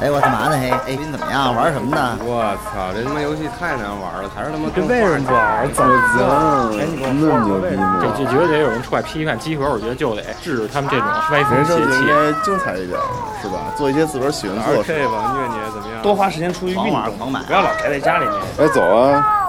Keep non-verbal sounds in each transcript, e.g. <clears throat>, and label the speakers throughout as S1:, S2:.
S1: 哎，我干嘛呢？嘿，哎，你怎么样？玩什么呢？
S2: 我操，这他妈游戏太难玩了，还是他妈
S3: 这为什么不玩？怎么
S4: 啊
S5: 我
S2: 哎你给我
S5: 操，那么牛逼吗？
S3: 这就觉得得有人出来批判集合，我觉得就得制止他们这种歪风
S5: 人生
S3: 邪
S5: 就应
S3: 气。
S5: 该精彩一点，是吧？做一些自个儿喜欢做的事。
S2: RK 吧，虐你怎么样？
S3: 多花时间出去运
S1: 狂玩
S3: 动，
S1: 狂买
S3: 不要老宅在家里面。
S5: 哎，走啊！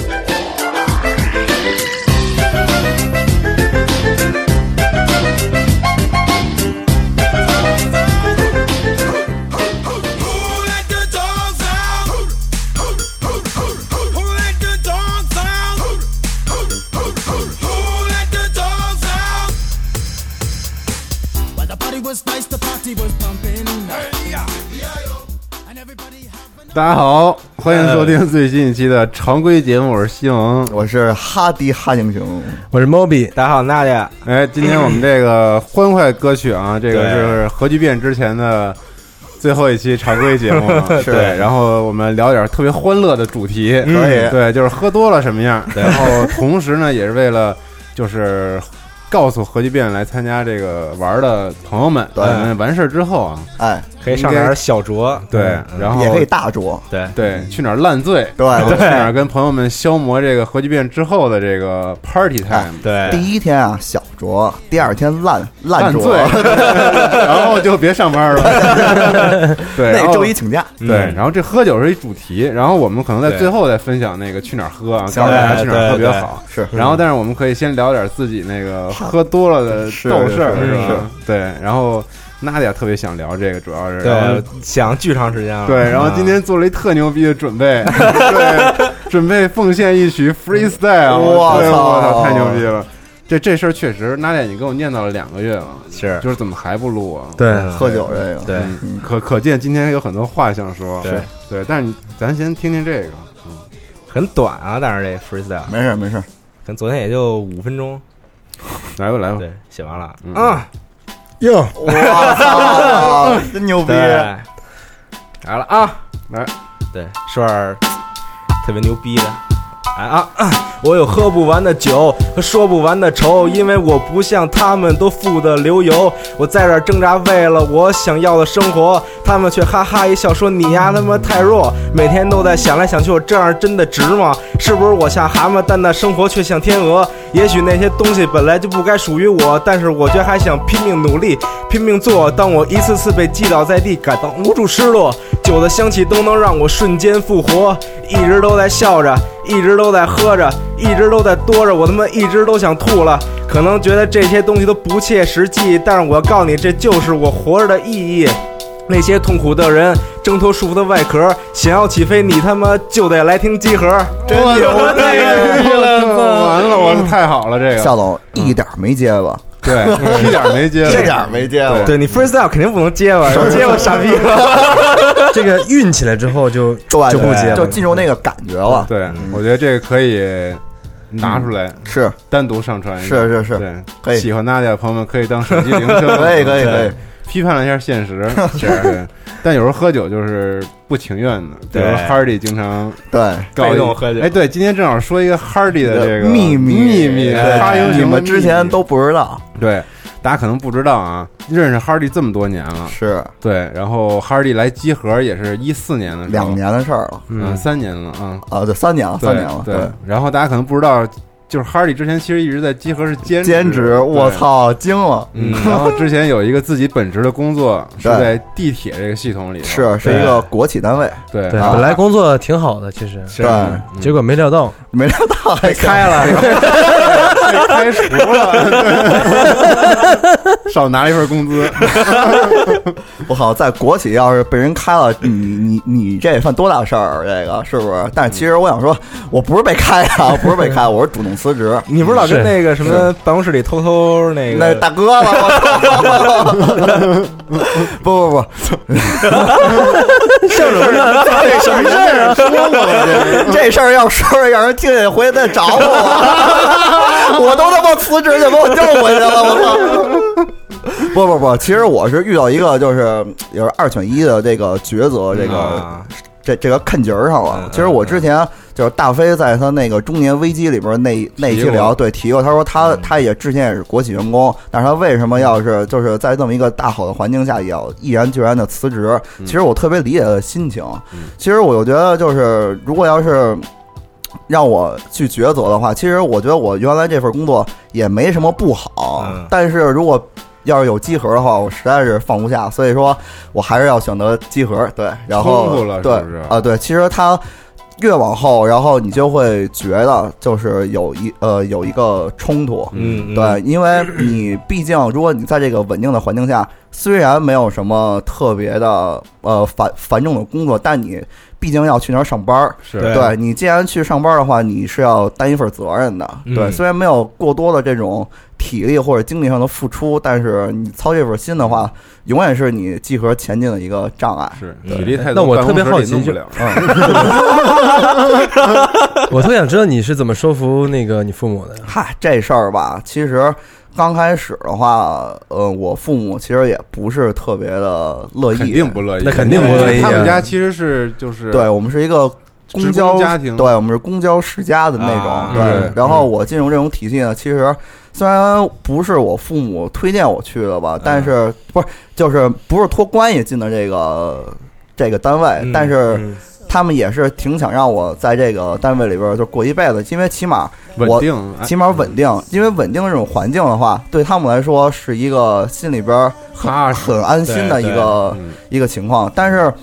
S6: Who let the dogs out? Who let the dogs out? Who let the dogs out? While the party was nice, the party was pumping. And everybody having
S4: 大家好，欢迎收
S5: 哎
S4: 听最新一期的常规节目，我是西蒙，
S1: 我是哈迪哈英雄，
S4: 哦
S7: 我是 Moby，大家好，娜姐。
S4: 哎，今天我们这个欢快歌曲啊，
S1: <laughs>
S4: 这个是核聚变之前的最后一期常规节目啊，
S1: 是
S4: 对。然后我们聊点特别欢乐的主题，嗯
S1: 可以
S4: 对，就是喝多了什么样。然后同时呢，也是为了就是告诉核聚变来参加这个玩儿的朋友们，
S1: 对
S4: 我们完事儿之后啊，
S1: 哎，
S7: 可以上点儿小酌，
S4: 对
S7: 嗯，嗯
S4: 然后
S1: 也可以大桌，
S7: 对，
S4: 对去哪儿烂醉，
S1: 对
S4: 然后去哪儿跟朋友们消磨这个核聚变之后的这个 party time。
S7: 对，
S1: 第一天啊小桌，第二天烂烂
S4: 醉
S1: 桌，， <laughs>
S4: 然后就别上班
S1: <laughs>
S4: 了。对，哦然
S1: 那
S4: 后
S1: 周一请假，
S7: 嗯
S4: 对，然后这喝酒是一主题，然后我们可能在
S7: 对
S4: 最后再分享那个去哪儿喝啊，
S1: 行
S4: 告诉大家去哪儿喝比较好。
S1: 是嗯
S4: 然后，但是我们可以先聊点自己那个喝多了的斗事儿，
S5: 是
S4: 是
S7: 是
S4: 吧？对，然后娜姐特别想聊这个，主要是然后
S7: 对，想巨长时间了。
S1: 嗯
S7: 嗯
S4: 对，然后今天做了一特牛逼的
S1: <laughs>
S4: 准备，对，准备奉献一曲 freestyle，
S1: 我
S4: 对
S1: 操
S4: 我操，太牛逼了！这这事儿确实，娜姐你跟我念叨了两个月了，
S7: 是
S4: 就是怎么还不录啊？
S7: 对
S1: 喝酒这个，
S7: 对
S4: 嗯，可可见今天有很多话想说，
S7: 对
S4: 对，但是你咱先听听这个，嗯
S7: 很短啊，但是这 freestyle
S1: 没事儿没事儿，
S7: 跟昨天也就五分钟，
S4: 来吧来吧，
S7: 对，写完了
S4: 嗯。
S7: 嗯，
S1: 哟，我操， <laughs> 真牛逼
S7: 对，！来了啊，
S4: 来，
S7: 对，说点儿特别牛逼的。哎啊 <coughs> 啊！我有喝不完的酒和说不完的愁，因为我不像他们都富得流油。我在这儿挣扎，为了我想要的生活，他们却哈哈一笑说：“你呀，他妈太弱。”每天都在想来想去，我这样真的值吗？是不是我像蛤蟆，但那生活却像天鹅？也许那些东西本来就不该属于我，啊但是我却还想拼命努力，拼命做。当我一次次被击倒在地，感到无助失落，酒的香气都能让我瞬间复活。一直都在笑着，一直都在喝着，一直都在多着，我他妈一直都想吐了。可能觉得这些东西都不切实际，但是我要告诉你，这就是我活着的意义。那些痛苦的人挣脱束缚的外壳，想要起飞，你他妈就得来听集合。
S4: 真牛逼
S7: 了吧
S4: 完了，我太好了，这个
S1: 夏总一点儿没结巴，
S4: 嗯对，一点没接，
S1: 这点儿没结巴，
S7: 对你 freestyle 肯定不能接吧，接吧傻逼了。 <laughs>
S3: 这个运起来之后就
S1: 对，
S3: 就不结巴
S1: 就进入那个感觉了，
S4: 对，我觉得这个可以拿出来
S1: 是
S4: 单独上传一下，
S1: 是是是，
S4: 对，
S1: 可以
S4: 喜欢娜姐的朋友们可以当手机铃声，
S1: 可以可以
S4: 对
S1: 可以，
S4: 批判了一下现实，对。但有时候喝酒就是不情愿的，比如
S7: 对
S4: Hardy 经常
S1: 对，
S4: 告
S7: 被动喝酒
S4: 哎，对，今天正好说一个 Hardy 的这个
S1: 呃秘密
S4: 秘密，
S1: 对
S4: 哈英
S1: 你
S4: 雄的
S1: 们
S4: 秘密
S1: 之
S4: 啊
S1: 前都不知道，
S4: 对。大家可能不知道啊，认识 Hardy 这么多年了，
S1: 是
S4: 对，然后 Hardy 来集合也是一四年的时候
S1: 两，年的事儿了
S4: 嗯，三年了啊，
S1: 啊，对，三年了，
S4: 对
S1: 三年了，
S4: 对，然后大家可能不知道，就是哈利之前其实一直在集合是兼
S1: 兼职，我！
S4: 对
S1: 操，惊了，
S4: 嗯，然后之前有一个自己本职的工
S1: <laughs>
S4: 作是
S1: 对
S4: 在地铁这个系统里头，
S1: 是是一个国企单位，
S4: 对
S7: 对
S1: 啊
S7: 本
S3: 来工作挺好的，其实
S1: 对，
S8: 嗯
S3: 结果没料到
S1: 没料到还开了，
S4: 被开除了，对少拿了一份工资。
S1: <laughs> 我靠，在国企要是被人开了，你你你这也算多大事儿？这个是不是？但是其实我想说，我不是被开的，我不是被开，我是主动辞职。
S7: 你不是老
S3: 是
S7: 跟那个什么办公室里偷偷那
S1: 那
S7: 个
S1: 大哥 <laughs>
S7: <laughs>
S1: 了，我操！不不不，
S7: 像什么呢？什么事儿啊？
S1: 这事儿要说是让人听见，回去再找我， <laughs> 我都他妈辞职去把我挣回去了，我操！不不不，其实我是遇到一个就是也是二选一的这个抉择，这个
S7: 啊
S1: 这这个看节儿上
S7: 嗯
S1: 了
S7: 嗯。
S1: 其实我之前就是大飞在他那个中年危机里边那那一期聊，对提过，他说
S7: 嗯
S1: 他他也之前也是国企员工，但是他为什么要是就是在这么一个大好的环境下，也要毅然决然的辞职？
S7: 嗯
S1: 其实我特别理解他的心情。其实我就觉得，就是如果要是让我去抉择的话，其实我觉得我原来这份工作也没什么不好，
S7: 嗯
S1: 但是如果要是有集合的话，我实在是放不下，所以说我还是要选择集合。对，然
S4: 冲
S1: 后
S4: 突了
S1: 对
S4: 是不是
S1: 啊、对，其实他越往后，然后你就会觉得就是有一呃有一个冲突，
S7: 嗯，嗯，
S1: 对，因为你毕竟，如果你在这个稳定的环境下，虽然没有什么特别的呃繁繁重的工作，但你毕竟要去那儿上班儿。
S4: 是
S7: 对
S1: 对你既然去上班的话，你是要担一份责任的。对，
S7: 嗯
S1: 虽然没有过多的这种体力或者精力上的付出，但是你操这份心的话，永远是你集合前进的一个障碍。
S4: 是
S7: 对
S4: 体力太
S9: 那
S4: 多，
S9: 我
S4: 办
S9: 特别
S4: 公室
S9: 好
S4: 里
S9: 奇
S4: 弄不
S9: 就
S4: 了。
S1: 嗯
S9: 我特想知道你是怎么说服那个你父母的呀？
S1: 嗨，这事儿吧，其实刚开始的话，呃，我父母其实也不是特别的乐意，
S4: 肯定不乐意，
S9: 那肯定不乐意啊
S4: 他们家其实是就是
S1: 对，我们是一个公
S4: 职
S1: 交
S4: 工家庭
S1: 对，我们是公交世家的那种。
S4: 啊
S1: 对
S4: 嗯，
S1: 然后我进入这种体系呢，其实虽然不是我父母推荐我去的吧，
S4: 嗯
S1: 但是不是就是不是托关系进的这个这个单位
S9: 嗯，
S1: 但是
S9: 嗯
S1: 他们也是挺想让我在这个单位里边儿就过一辈子，因为起码
S4: 稳定，哎
S1: 起码稳定，因为稳定这种环境的话，对他们来说是一个心里边儿很
S4: 踏实
S1: 很安心的一个
S4: 嗯
S1: 一个情况。但是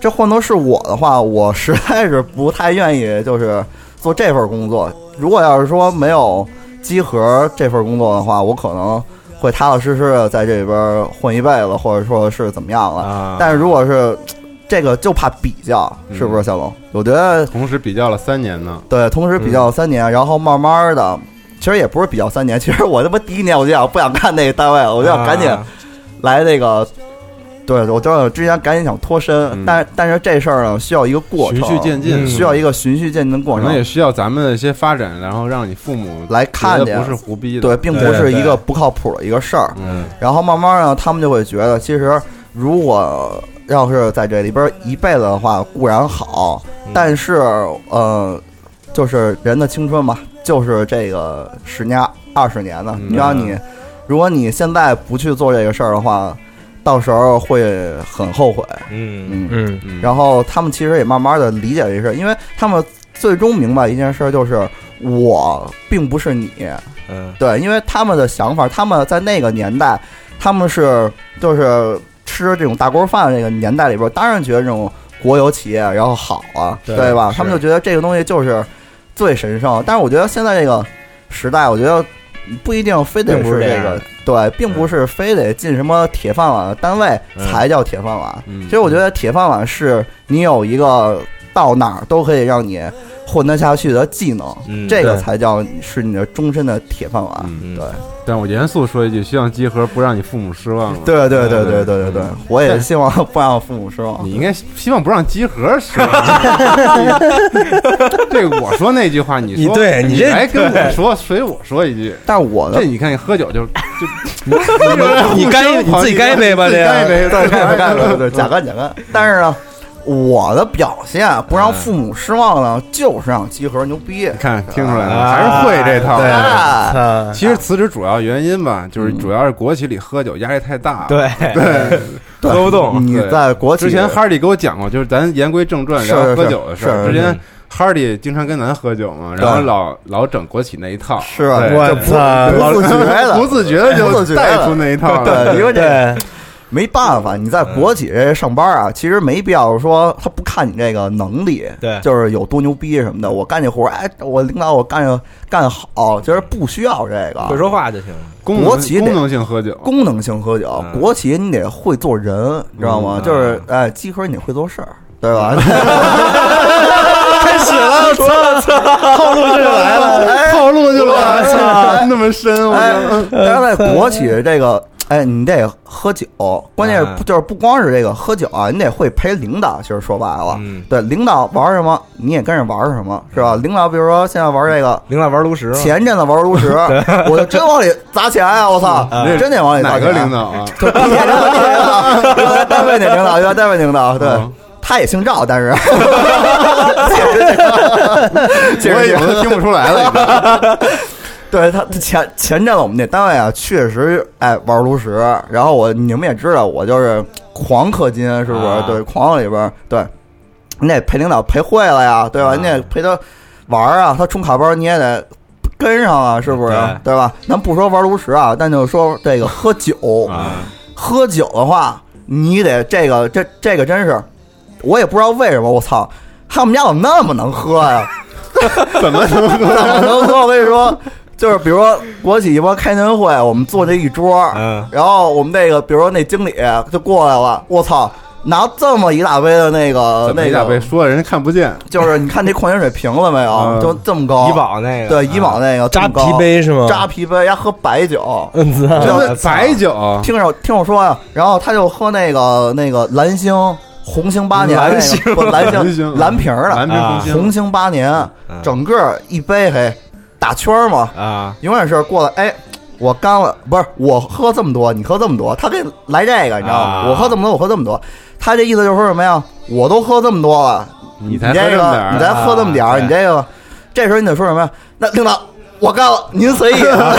S1: 这换作是我的话，我实在是不太愿意就是做这份工作。如果要是说没有集合这份工作的话，我可能会踏踏实实的在这里边儿混一辈子，或者说是怎么样了。
S7: 啊，
S1: 但是如果是这个就怕比较，是不是小龙？我觉得
S4: 同时比较了三年呢，
S1: 对，同时比
S7: 嗯
S1: 较三年，然后慢慢的，其实也不是比较三年，其实我他妈第一年我就想不想干那个单位了，我就想赶紧
S7: 啊
S1: 来那个，对，我就是之前赶紧想脱身，
S4: 嗯
S1: 但但是这事儿呢需要一个过
S4: 循
S1: 程，
S4: 序渐进，
S9: 嗯
S1: 需要一个循序渐进的过
S4: 可能也
S1: 程。
S4: 需要咱们的一些发展，然后让你父母
S1: 来看
S4: 觉
S1: 见
S4: 得不是胡逼的，
S1: 对，并不
S9: 对
S1: 是一
S9: 对
S1: 个不靠谱的一个事儿。
S4: 嗯，
S1: 然后慢慢呢，他们就会觉得，其实如果要是在这里边一辈子的话，固然好，
S4: 嗯
S1: 但是呃，就是人的青春嘛，就是这个十年、二十年的。
S4: 嗯
S1: 你让你，如果你现在不去做这个事儿的话，到时候会很后悔。
S7: 嗯
S1: 嗯，
S9: 嗯
S4: 嗯
S1: 然后他们其实也慢慢的理解这事儿，因为他们最终明白一件事，儿，就是我并不是你，
S7: 嗯
S1: 对，因为他们的想法，他们在那个年代，他们是就是吃这种大锅饭的那个年代里边，当然觉得这种国有企业然后好啊，
S7: 对
S1: 对吧？
S7: 是
S1: 他们就觉得这个东西就是最神圣。但是我觉得现在这个时代，我觉得不一定非得
S7: 并不
S1: 是
S7: 是这
S1: 这
S7: 样
S1: 个，对，并不
S4: 嗯
S1: 是非得进什么铁饭碗的单位
S7: 嗯
S1: 才叫铁饭碗。
S4: 嗯
S1: 其实我觉得铁饭碗是你有一个到哪儿都可以让你混得下去的技能，
S7: 嗯
S1: 这个
S9: 对
S1: 才叫是你的终身的铁饭碗。
S4: 嗯
S1: 对，
S4: 但我严肃说一句，希望集合不让你父母失望了。
S1: 对对对对对对
S4: 嗯
S1: 对，我也希望不让父母失望
S4: 你。应该希望不让集合失望。这个我说那句话，你
S9: 你
S4: 说
S9: 对你
S4: 你
S9: 这
S4: 来跟我说，随我说一句。
S1: 但我的
S4: 这你看，你喝酒就就
S9: 你干一你自己干一杯吧
S4: 自己
S9: 这
S4: 干一杯，
S1: <laughs> 对干干对
S4: <laughs>
S1: 对假干假干，但是呢，我的表现不让父母失望呢，就是让集合牛逼。
S4: 看听出来了，还是会这套。
S1: 哎
S9: 啊，
S4: 其实辞职主要原因吧，就是主要是国企里喝酒压力太大。，
S7: 对对，喝不动，
S1: 你
S4: 对
S1: 在国企
S4: 之前哈利给我讲过，就是咱言归正传
S1: 是
S4: 聊
S1: 是
S4: 喝酒的事儿。
S1: 是
S4: 之
S1: 是
S4: 前哈利经常跟咱喝酒嘛，然后老老整国企那一套，
S1: 是吧？
S4: 对
S9: 我操，
S1: 不自觉的，
S4: 不自觉的
S1: 不
S4: 就
S1: 自觉
S4: 带
S1: 的
S4: 出那一套来。
S1: <laughs> 对，因为这
S9: 对，
S1: 没办法，你在国企这上班啊，其实没必要说他不看你这个能力，
S7: 对
S1: 就是有多牛逼什么的。我干这活儿，哎，我领导我干这干好，其实不需要这个。
S7: 会说话就行了。
S4: 功
S1: 国
S4: 能
S1: 企得
S4: 功能性喝酒，
S1: 功能性喝酒，
S7: 嗯
S1: 国企你得会做人，你知道吗？
S7: 嗯
S1: 就是哎，集合你得会做事儿，对吧？
S9: 开始
S1: <laughs>
S9: 了，操操，套路这就来
S1: 哎
S9: 了。
S4: 套路就来
S1: 我操
S7: 哎
S4: 了，那么深，我
S1: 嗯
S7: 嗯
S1: 哎，但是在国企这个哎，你得喝酒，关
S7: 哎
S1: 键是不就是不光是这个喝酒啊，你得会陪领导。其实说白了，
S7: 嗯
S1: 对领导玩什么，你也跟着玩什么，是吧？领导比如说现在玩这个，
S7: 领导玩炉石，
S1: 前阵子玩炉石
S7: <laughs> 对，
S1: 我就真往里砸钱啊！我操
S7: 嗯，
S1: 真得往里砸
S7: 哪
S1: 钱。
S7: 个领导啊？
S1: 就不是领导领导原来单位那领导，原来单位领导，对。
S7: 嗯
S1: 他也姓赵，但
S7: <laughs>
S1: 是解释解释，
S4: 我有的听不出来了已经。
S1: <laughs> 对他前前阵子我们那单位啊，确实哎玩炉石，然后我你们也知道，我就是狂氪金，是不是？
S7: 啊
S1: 对，狂往里边儿对，你得陪领导陪会了呀，对吧？
S4: 嗯
S1: 你得陪他玩儿啊，他充卡包你也得跟上啊，是不是？
S7: 对
S1: 对吧？咱不说玩炉石啊，但就说这个喝酒，
S4: 嗯
S1: 喝酒的话，你得这个这这个真是，我也不知道为什么，我操，他们家怎么那么能喝呀、
S4: <laughs> 怎么能喝？
S1: <laughs> 怎么能喝？我跟你说，就是比如说国企一波开年会，我们坐这一桌，
S7: 嗯
S1: 然后我们那个比如说那经理就过来了，我操，拿这么一大杯的那个
S4: 怎么
S1: 呃那
S4: 一大
S1: 个
S4: 被。说了，人家看不见。
S1: <laughs> 就是你看那矿泉水瓶子没有，
S4: 嗯
S1: 就这么高，
S7: 怡宝那个
S1: 对，怡宝那个
S9: 扎
S1: 这么高
S9: 啤杯是吗
S1: 扎啤杯，人家喝白酒，
S9: 嗯，子
S1: 这
S4: 这白酒，
S1: 听着听我说呀，然后他就喝那个那个蓝星红星八年那个，
S7: 蓝星
S1: 不蓝
S4: 蓝
S1: 星
S4: 星
S1: 蓝瓶儿的，啊
S4: 蓝瓶红星嗯
S1: 红星八年，整个一杯嘿打圈儿嘛，
S7: 啊，
S1: 永远是过来哎。我干了，不是我喝这么多，你喝这么多，他给来这个，你知道吗？
S7: 啊
S1: 我喝这么多，我喝这么多，他这意思就是说什么呀？我都喝这么多了，
S4: 你
S1: 你
S4: 才喝
S1: 这
S4: 这么点
S1: 个，
S4: 儿，
S1: 你才喝这么点儿，
S7: 啊
S1: 你这个，这时候你得说什么呀？那领导，我干了，您随意。啊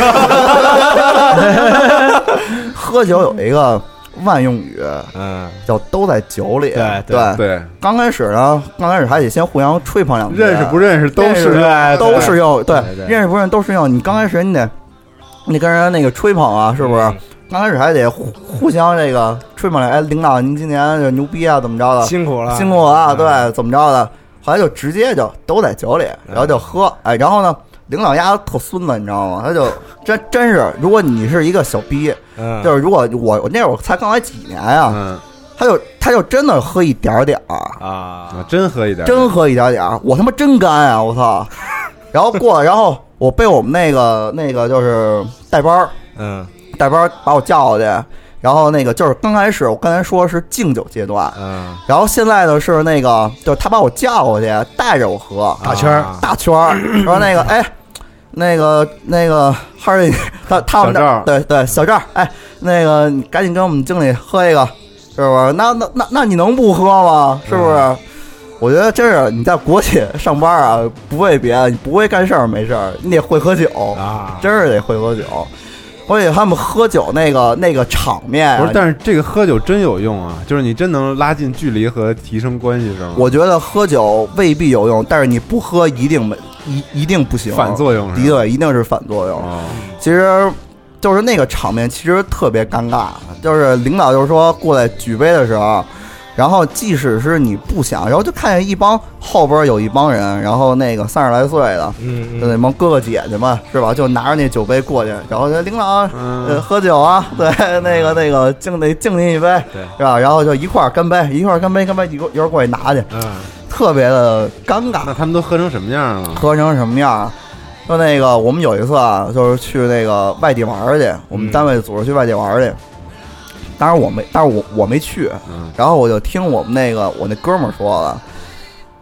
S1: <laughs> 喝酒有一个万用语
S7: 嗯，
S1: 叫“都在酒里”，
S7: 对对
S1: 对
S4: 对，
S1: 刚开始呢，刚开始还得先互相吹捧两句，啊
S4: 认识不认识都
S1: 认识
S4: 是
S7: 对
S1: 都适用，对
S7: 对对，
S1: 认识不认识都适用。你刚开始你得，你跟人家那个吹捧啊，是不是
S7: 嗯？
S1: 刚开始还得互互相这个吹捧，哎，领导您今年就牛逼啊，怎么着的？
S7: 辛苦了，
S1: 辛苦了啊，
S7: 嗯
S1: 对，怎么着的？后来就直接就都在酒里，然后就
S7: 嗯
S1: 喝，哎，然后呢，领导丫特孙子，你知道吗？他就真真是，如果你是一个小逼，
S7: 嗯，
S1: 就是如果我我那会儿才刚来几年啊，
S4: 嗯，
S1: 他就他就真的喝一点儿点儿，
S4: 我
S7: 啊，
S4: 真喝一点，
S1: 真喝一点点儿，我他妈真干啊！我操！然后过来，然后我被我们那个那个就是带班儿
S7: 嗯
S1: 带班儿把我叫过去，然后那个就是刚开始我刚才说是敬酒阶段，
S7: 嗯，
S1: 然后现在呢是那个就是他把我叫过去带着我喝
S7: 打圈儿
S4: 啊
S1: 大圈儿，说那个哎。那个那个哈瑞，他他们
S4: 小赵
S1: 那对对小赵，哎，那个你赶紧跟我们经理喝一个，是不是？那那那那你能不喝吗？是不是？
S4: 嗯
S1: 我觉得真是你在国企上班啊，不为别的，你不会干事儿没事儿，你得会喝酒
S7: 啊
S1: 真是得会喝酒。而且他们喝酒那个那个场面、啊，
S4: 不是，但是这个喝酒真有用啊，就是你真能拉近距离和提升关系，是吗？
S1: 我觉得喝酒未必有用，但是你不喝一定没一一定不行，
S4: 反作用是吧
S1: 一对，一定是反作用。
S4: 哦，
S1: 其实就是那个场面其实特别尴尬，就是领导就是说过来举杯的时候，然后即使是你不想，然后就看见一帮后边有一帮人，然后那个三十来岁的，
S7: 嗯
S1: 就那帮哥哥姐姐们是吧，就拿着那酒杯过去，然后说领导。呃，
S4: 嗯，
S1: 喝酒啊，对，那个那个敬那敬您一杯，
S7: 对
S1: 是吧？然后就一块儿干杯，一块儿干杯，干杯，一会儿一会儿过去拿去，
S7: 嗯
S1: 特别的尴尬
S4: 那，他们都喝成什么样了？
S1: 喝成什么样啊？就那个，我们有一次啊，就是去那个外地玩儿去，我们单位组织去外地玩儿去。当然我没，但是我我没去。
S4: 嗯，
S1: 然后我就听我们那个我那哥们儿说了，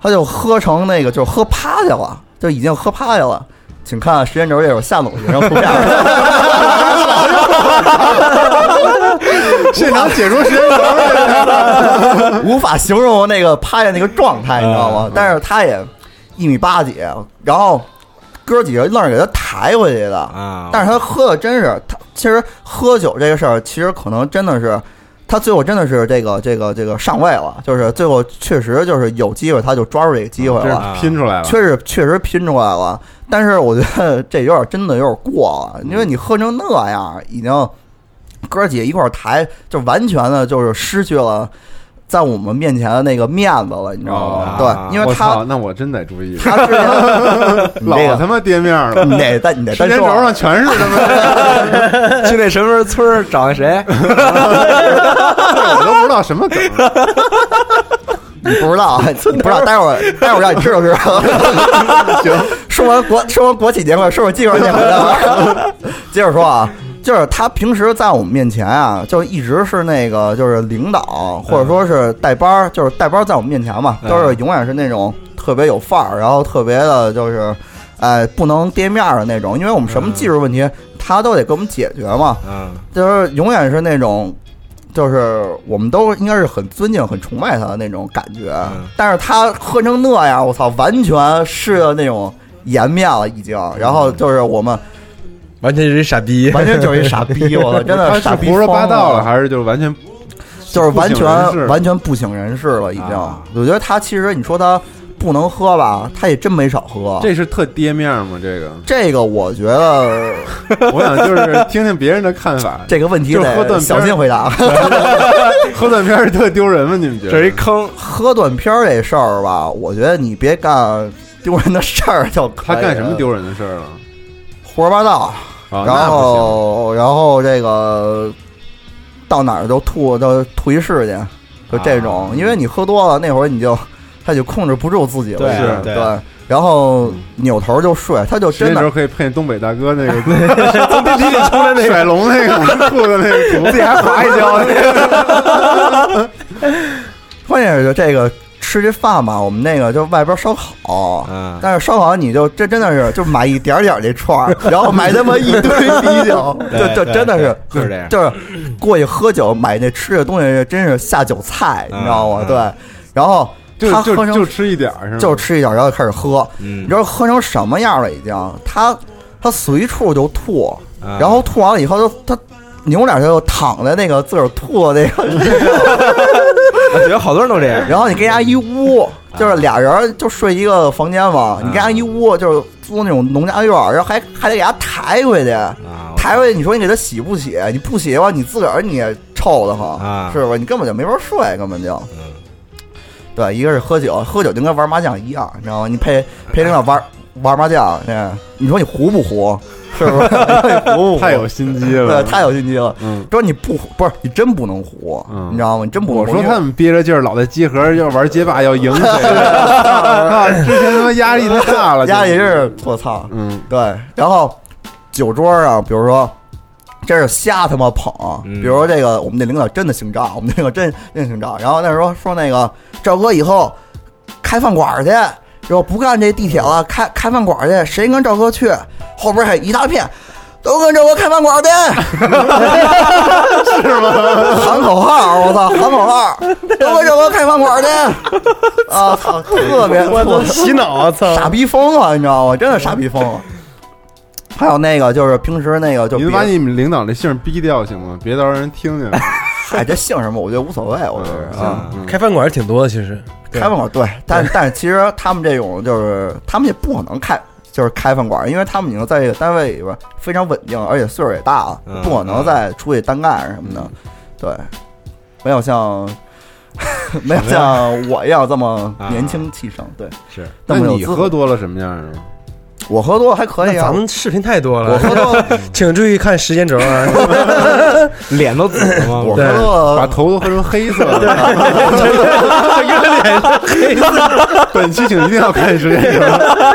S1: 他就喝成那个，就是喝趴下了，就已经喝趴下了。请看时间轴页有下总学生图片 <laughs> 儿。
S4: 现场解说时间长
S1: 无法形容那个趴下那个状态，你知道
S4: 嗯
S1: 吗？但是他也一米八几，然后哥几个愣是给他抬回去的。
S7: 啊，
S1: 但是他喝的真是，他其实喝酒这个事儿，其实可能真的是他最后真的是这个这个这个上位了，就是最后确实就是有机会他就抓住这个机会
S4: 这
S1: 了，
S4: 是拼出来了，
S1: 确实确实拼出来了。但是我觉得这有点真的有点过
S4: 嗯
S1: 了，因为你喝成那样，已经哥儿几个一块儿抬，就完全的就是失去了在我们面前的那个面子了，你知道吗？
S7: 哦
S1: 对，因为
S4: 啊我
S1: 他
S4: 操， <laughs> 那我真得注意，
S1: 他之前你
S4: 老
S1: 这
S4: 他
S1: 个
S4: 妈跌面了，
S1: 你得但你得啊
S4: 时
S1: 单
S4: 间轴
S1: 说
S4: 上全是他妈，
S1: <laughs>
S7: 嗯去那什么村儿找那谁？
S1: 嗯
S4: 我都不知道什么梗，
S1: 你不知道，你不知道，待会儿待会儿让你知道知道。行，说完国说完国企年会，说完机会年会，待会儿接着说啊。就是他平时在我们面前啊，就一直是那个就是领导，或者说是带班儿，就是带班儿在我们面前嘛，
S7: 嗯
S1: 都是永远是那种特别有范儿，然后特别的就是，哎，不能跌面儿的那种，因为我们什么技术问题他都得给我们解决嘛，
S7: 嗯，，
S1: 就是永远是那种。就是我们都应该是很尊敬、很崇拜他的那种感觉，
S4: 嗯
S1: 但是他喝成那样，我操，完全失了那种颜面了已经。然后就是我们
S8: 完全是一傻逼，
S1: 完全就是一傻逼，我
S4: <laughs>
S1: 操，真
S4: 嗯他
S1: 的
S4: 是
S1: 傻逼
S4: 胡说八
S1: 疯
S4: 道了，还是就是完全
S1: 就是完
S4: 不省人事啊
S1: 全完全不省人事了，已经。我觉得他其实你说他不能喝吧，他也真没少喝。
S4: 这是特跌面吗？这个，，
S1: 这个我觉得
S4: <laughs> 我想就是听听别人的看
S1: <laughs>
S4: 法。
S1: 这个问题
S4: 就是喝
S1: 得
S4: 断片儿
S1: 小心回答。
S4: 喝断片儿是特丢人吗？你们觉得？
S1: 这是一坑，喝断片儿这事儿吧，我觉得你别干丢人的事儿
S4: <laughs>
S1: 就可
S4: 他
S1: 以
S4: 干什么
S1: 了
S4: 丢人的事儿了？
S1: 胡说八道，
S4: 啊
S1: 然
S4: 那不行
S1: 后然后这个到哪儿都吐到吐一世去，就这
S4: 啊
S1: 种，因为你喝多了那会儿你就他就控制不住自己了，
S4: 对
S1: 已经
S4: 是
S1: 对
S4: 对
S1: 然后扭头就睡，他就
S4: 这
S1: 真
S4: 时候
S1: 的。
S4: 可以配东北大哥
S1: <laughs>
S4: 那个 <laughs> 从地里出来那个甩龙那个吐的那个图，
S1: 自己还划一跤
S4: <laughs> 呢。
S1: 关键是就这个吃这饭吧，我们那个就外边烧烤，
S4: 啊
S1: 但是烧烤你就这真的是就买一点儿点儿这串儿，然后买他妈一堆啤酒就
S7: 对
S1: 就
S7: 对
S1: 真的是
S7: 对就是这样
S1: 就是过去喝酒买那吃的东西，真是下酒菜，
S7: 嗯
S1: 你知道吗？对，然后
S4: 就
S1: 他
S4: 就
S1: 喝成
S4: 就吃一点儿是吗
S1: 就吃一点儿，然后开始喝，
S4: 嗯
S1: 你知道喝成什么样了已经？他他随处就吐
S7: 啊，
S1: 然后吐完了以后，他他扭脸就躺在那个自个儿吐的那个。
S7: 我觉得好多人都这样。
S1: 然后你跟人家一屋，就是俩人就睡一个房间嘛，你跟人家一屋就是租那种农家院儿，然后还还得给人家抬回去，抬回去你说你给他洗不洗？你不洗的话，你自个儿你也臭得慌，
S7: 啊
S1: 是吧？你根本就没法睡，根本就。对，一个是喝酒，喝酒就跟玩麻将一样，你知道吗？你陪陪领导玩玩麻将，对你说你糊不糊？是不是？你糊不糊
S4: 太有心机
S1: <laughs>
S4: 了
S1: 对，太有心机了。
S4: 嗯，
S1: 说你不糊，不是你真不能糊，你知道吗？你真不能
S4: 我
S1: 糊。
S4: 说
S1: 因为
S4: 他们憋着劲儿，老在集合要玩街霸，要赢谁？
S1: <laughs>
S4: 啊之前他妈压力太大了，
S1: 压力真是我操，
S4: 嗯，
S1: 对。然后酒桌上，比如说真是瞎他妈捧，
S8: 嗯
S1: 比如说这个我们那领导真的姓赵，我 <laughs> 们那个真真姓赵。然后那时候说那个赵哥以后开饭馆去。说不干这地铁了，开开饭馆去，谁跟赵哥去？后边还一大片，都跟赵哥开饭馆
S8: <laughs>
S1: 去，是
S4: 吗？
S1: 喊口号，我操，喊口号，都跟赵哥开饭馆去。
S8: <laughs>
S1: 啊，操，特别
S8: 我操洗脑啊操
S1: 傻逼疯了，你知道吗？真的傻逼疯了。还有那个就是平时那个就
S4: 你
S1: 别
S4: 能把你们领导那姓儿逼掉行吗？别到时候人听见。
S1: 嗨，这姓什么我觉得无所谓，我觉
S4: 嗯
S1: 得啊。
S8: 开饭馆挺多的，其实
S1: 开饭馆对，但但是其实他们这种就是他们也不可能开，就是开饭馆，因为他们已经在这个单位里边非常稳定，而且岁数也大了，
S7: 嗯
S1: 不可能再出去单干什么的。对，没有像 <laughs> 没有像我一样这么年轻气盛。对，
S4: 是
S1: 那
S4: 那
S1: 么有
S4: 你
S1: 资格
S4: 喝多了什么样啊？
S1: 我喝多了还可以
S8: 那
S1: 啊
S8: 咱。们视频太多了，
S1: 我喝多
S8: 请注意看时间
S1: <laughs>
S8: 轴啊！
S7: 脸都紫了吗？
S1: 我喝
S8: 对
S1: 多
S4: 把
S1: 了，
S4: 头都喝成黑色 <laughs> 了。本期请一定要看时间轴。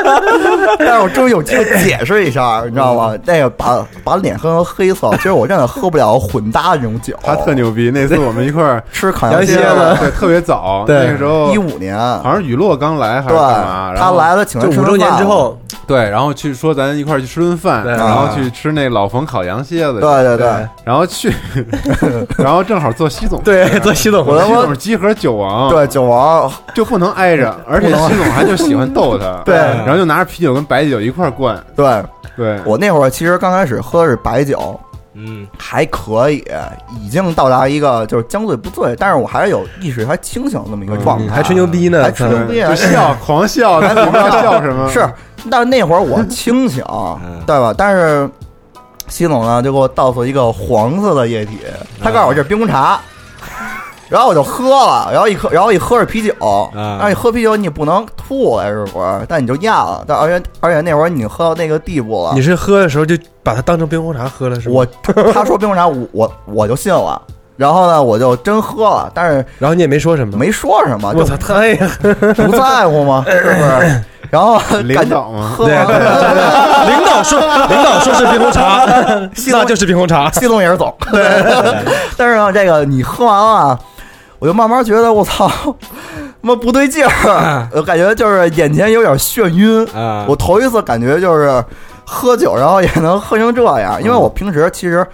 S1: <laughs> 但是我终于有机会解释一下，你知道
S4: 嗯
S1: 吗？那个把把脸喝成黑色，其实我真的喝不了混搭这种酒。
S4: 他特牛逼，那次我们一块儿
S1: 吃烤
S4: 羊
S1: 羊
S4: 蝎
S1: 蝎
S4: 子，
S1: 子，
S4: 对，特别
S1: <laughs>
S4: 早，
S8: 对
S4: 那个时候
S1: 一五年，
S4: 好像雨落刚来还
S1: 对
S4: 是干嘛，，然
S1: 他
S4: 后
S1: 来了，请他
S8: 就
S1: 吃
S8: 五
S1: 顿
S8: 周年
S1: 饭
S8: 之，后，
S4: 对，然后去说咱一块儿去吃顿饭，
S8: 对
S4: 然后去吃那老冯烤羊蝎子，
S1: 啊对对对，
S4: 然
S1: <laughs>
S4: 后去，然后正好做习总，
S8: 对，做习总
S4: 我们
S1: 我
S4: 习
S1: 他妈
S4: 总是集合酒王，
S1: 对酒王， <laughs>
S4: 就不能挨着，而且
S1: 不能
S4: 习总还就喜欢逗他，
S1: <laughs> 对
S4: 然后就拿着啤酒跟白酒一块儿灌，
S1: 对
S4: 对，
S1: 我那会儿其实刚开始喝的是白酒，
S7: 嗯，
S1: 还可以，已经到达一个就是将醉不醉，但是我还是有意识还清醒的这么一个状
S8: 嗯
S1: 态，
S8: 还吹牛逼呢
S1: 还吹牛逼，
S4: 就笑，狂笑，他不知道笑什
S1: <laughs>
S4: 么，
S1: 是，但那会儿我清醒，对吧？但是西总呢就给我倒出一个黄色的液体，他告诉我这是冰红茶，然后我就喝了，然后一喝，然后一喝是啤酒，
S7: 嗯
S1: 然后你喝啤酒你不能吐呀，是不是？但你就咽了，但而且而且那会儿你喝到那个地步了
S8: 你，是喝的时候就把它当成冰红茶喝了是吗？
S1: 我他他说冰红茶，我我我就信了，然后呢我就真喝了，但是
S8: 然后你也没说什么，
S1: 没说什么， <laughs>
S8: 我
S1: 就
S8: 操，太
S1: 不在乎吗？是不是？然后
S4: 领导吗？
S1: 对对
S8: 对，领导说领导说是冰红茶，那就是冰红茶，
S1: 西龙也是
S4: <laughs>
S1: 总。对， <laughs> 但是呢，啊这个你喝完了，啊我就慢慢觉得我操，他妈不对劲
S4: 嗯
S1: 儿，我感觉就是眼前有点眩晕。
S7: 嗯啊
S1: 我头一次感觉就是喝酒，然后也能喝成这样，
S4: 嗯
S1: 因为我平时其实。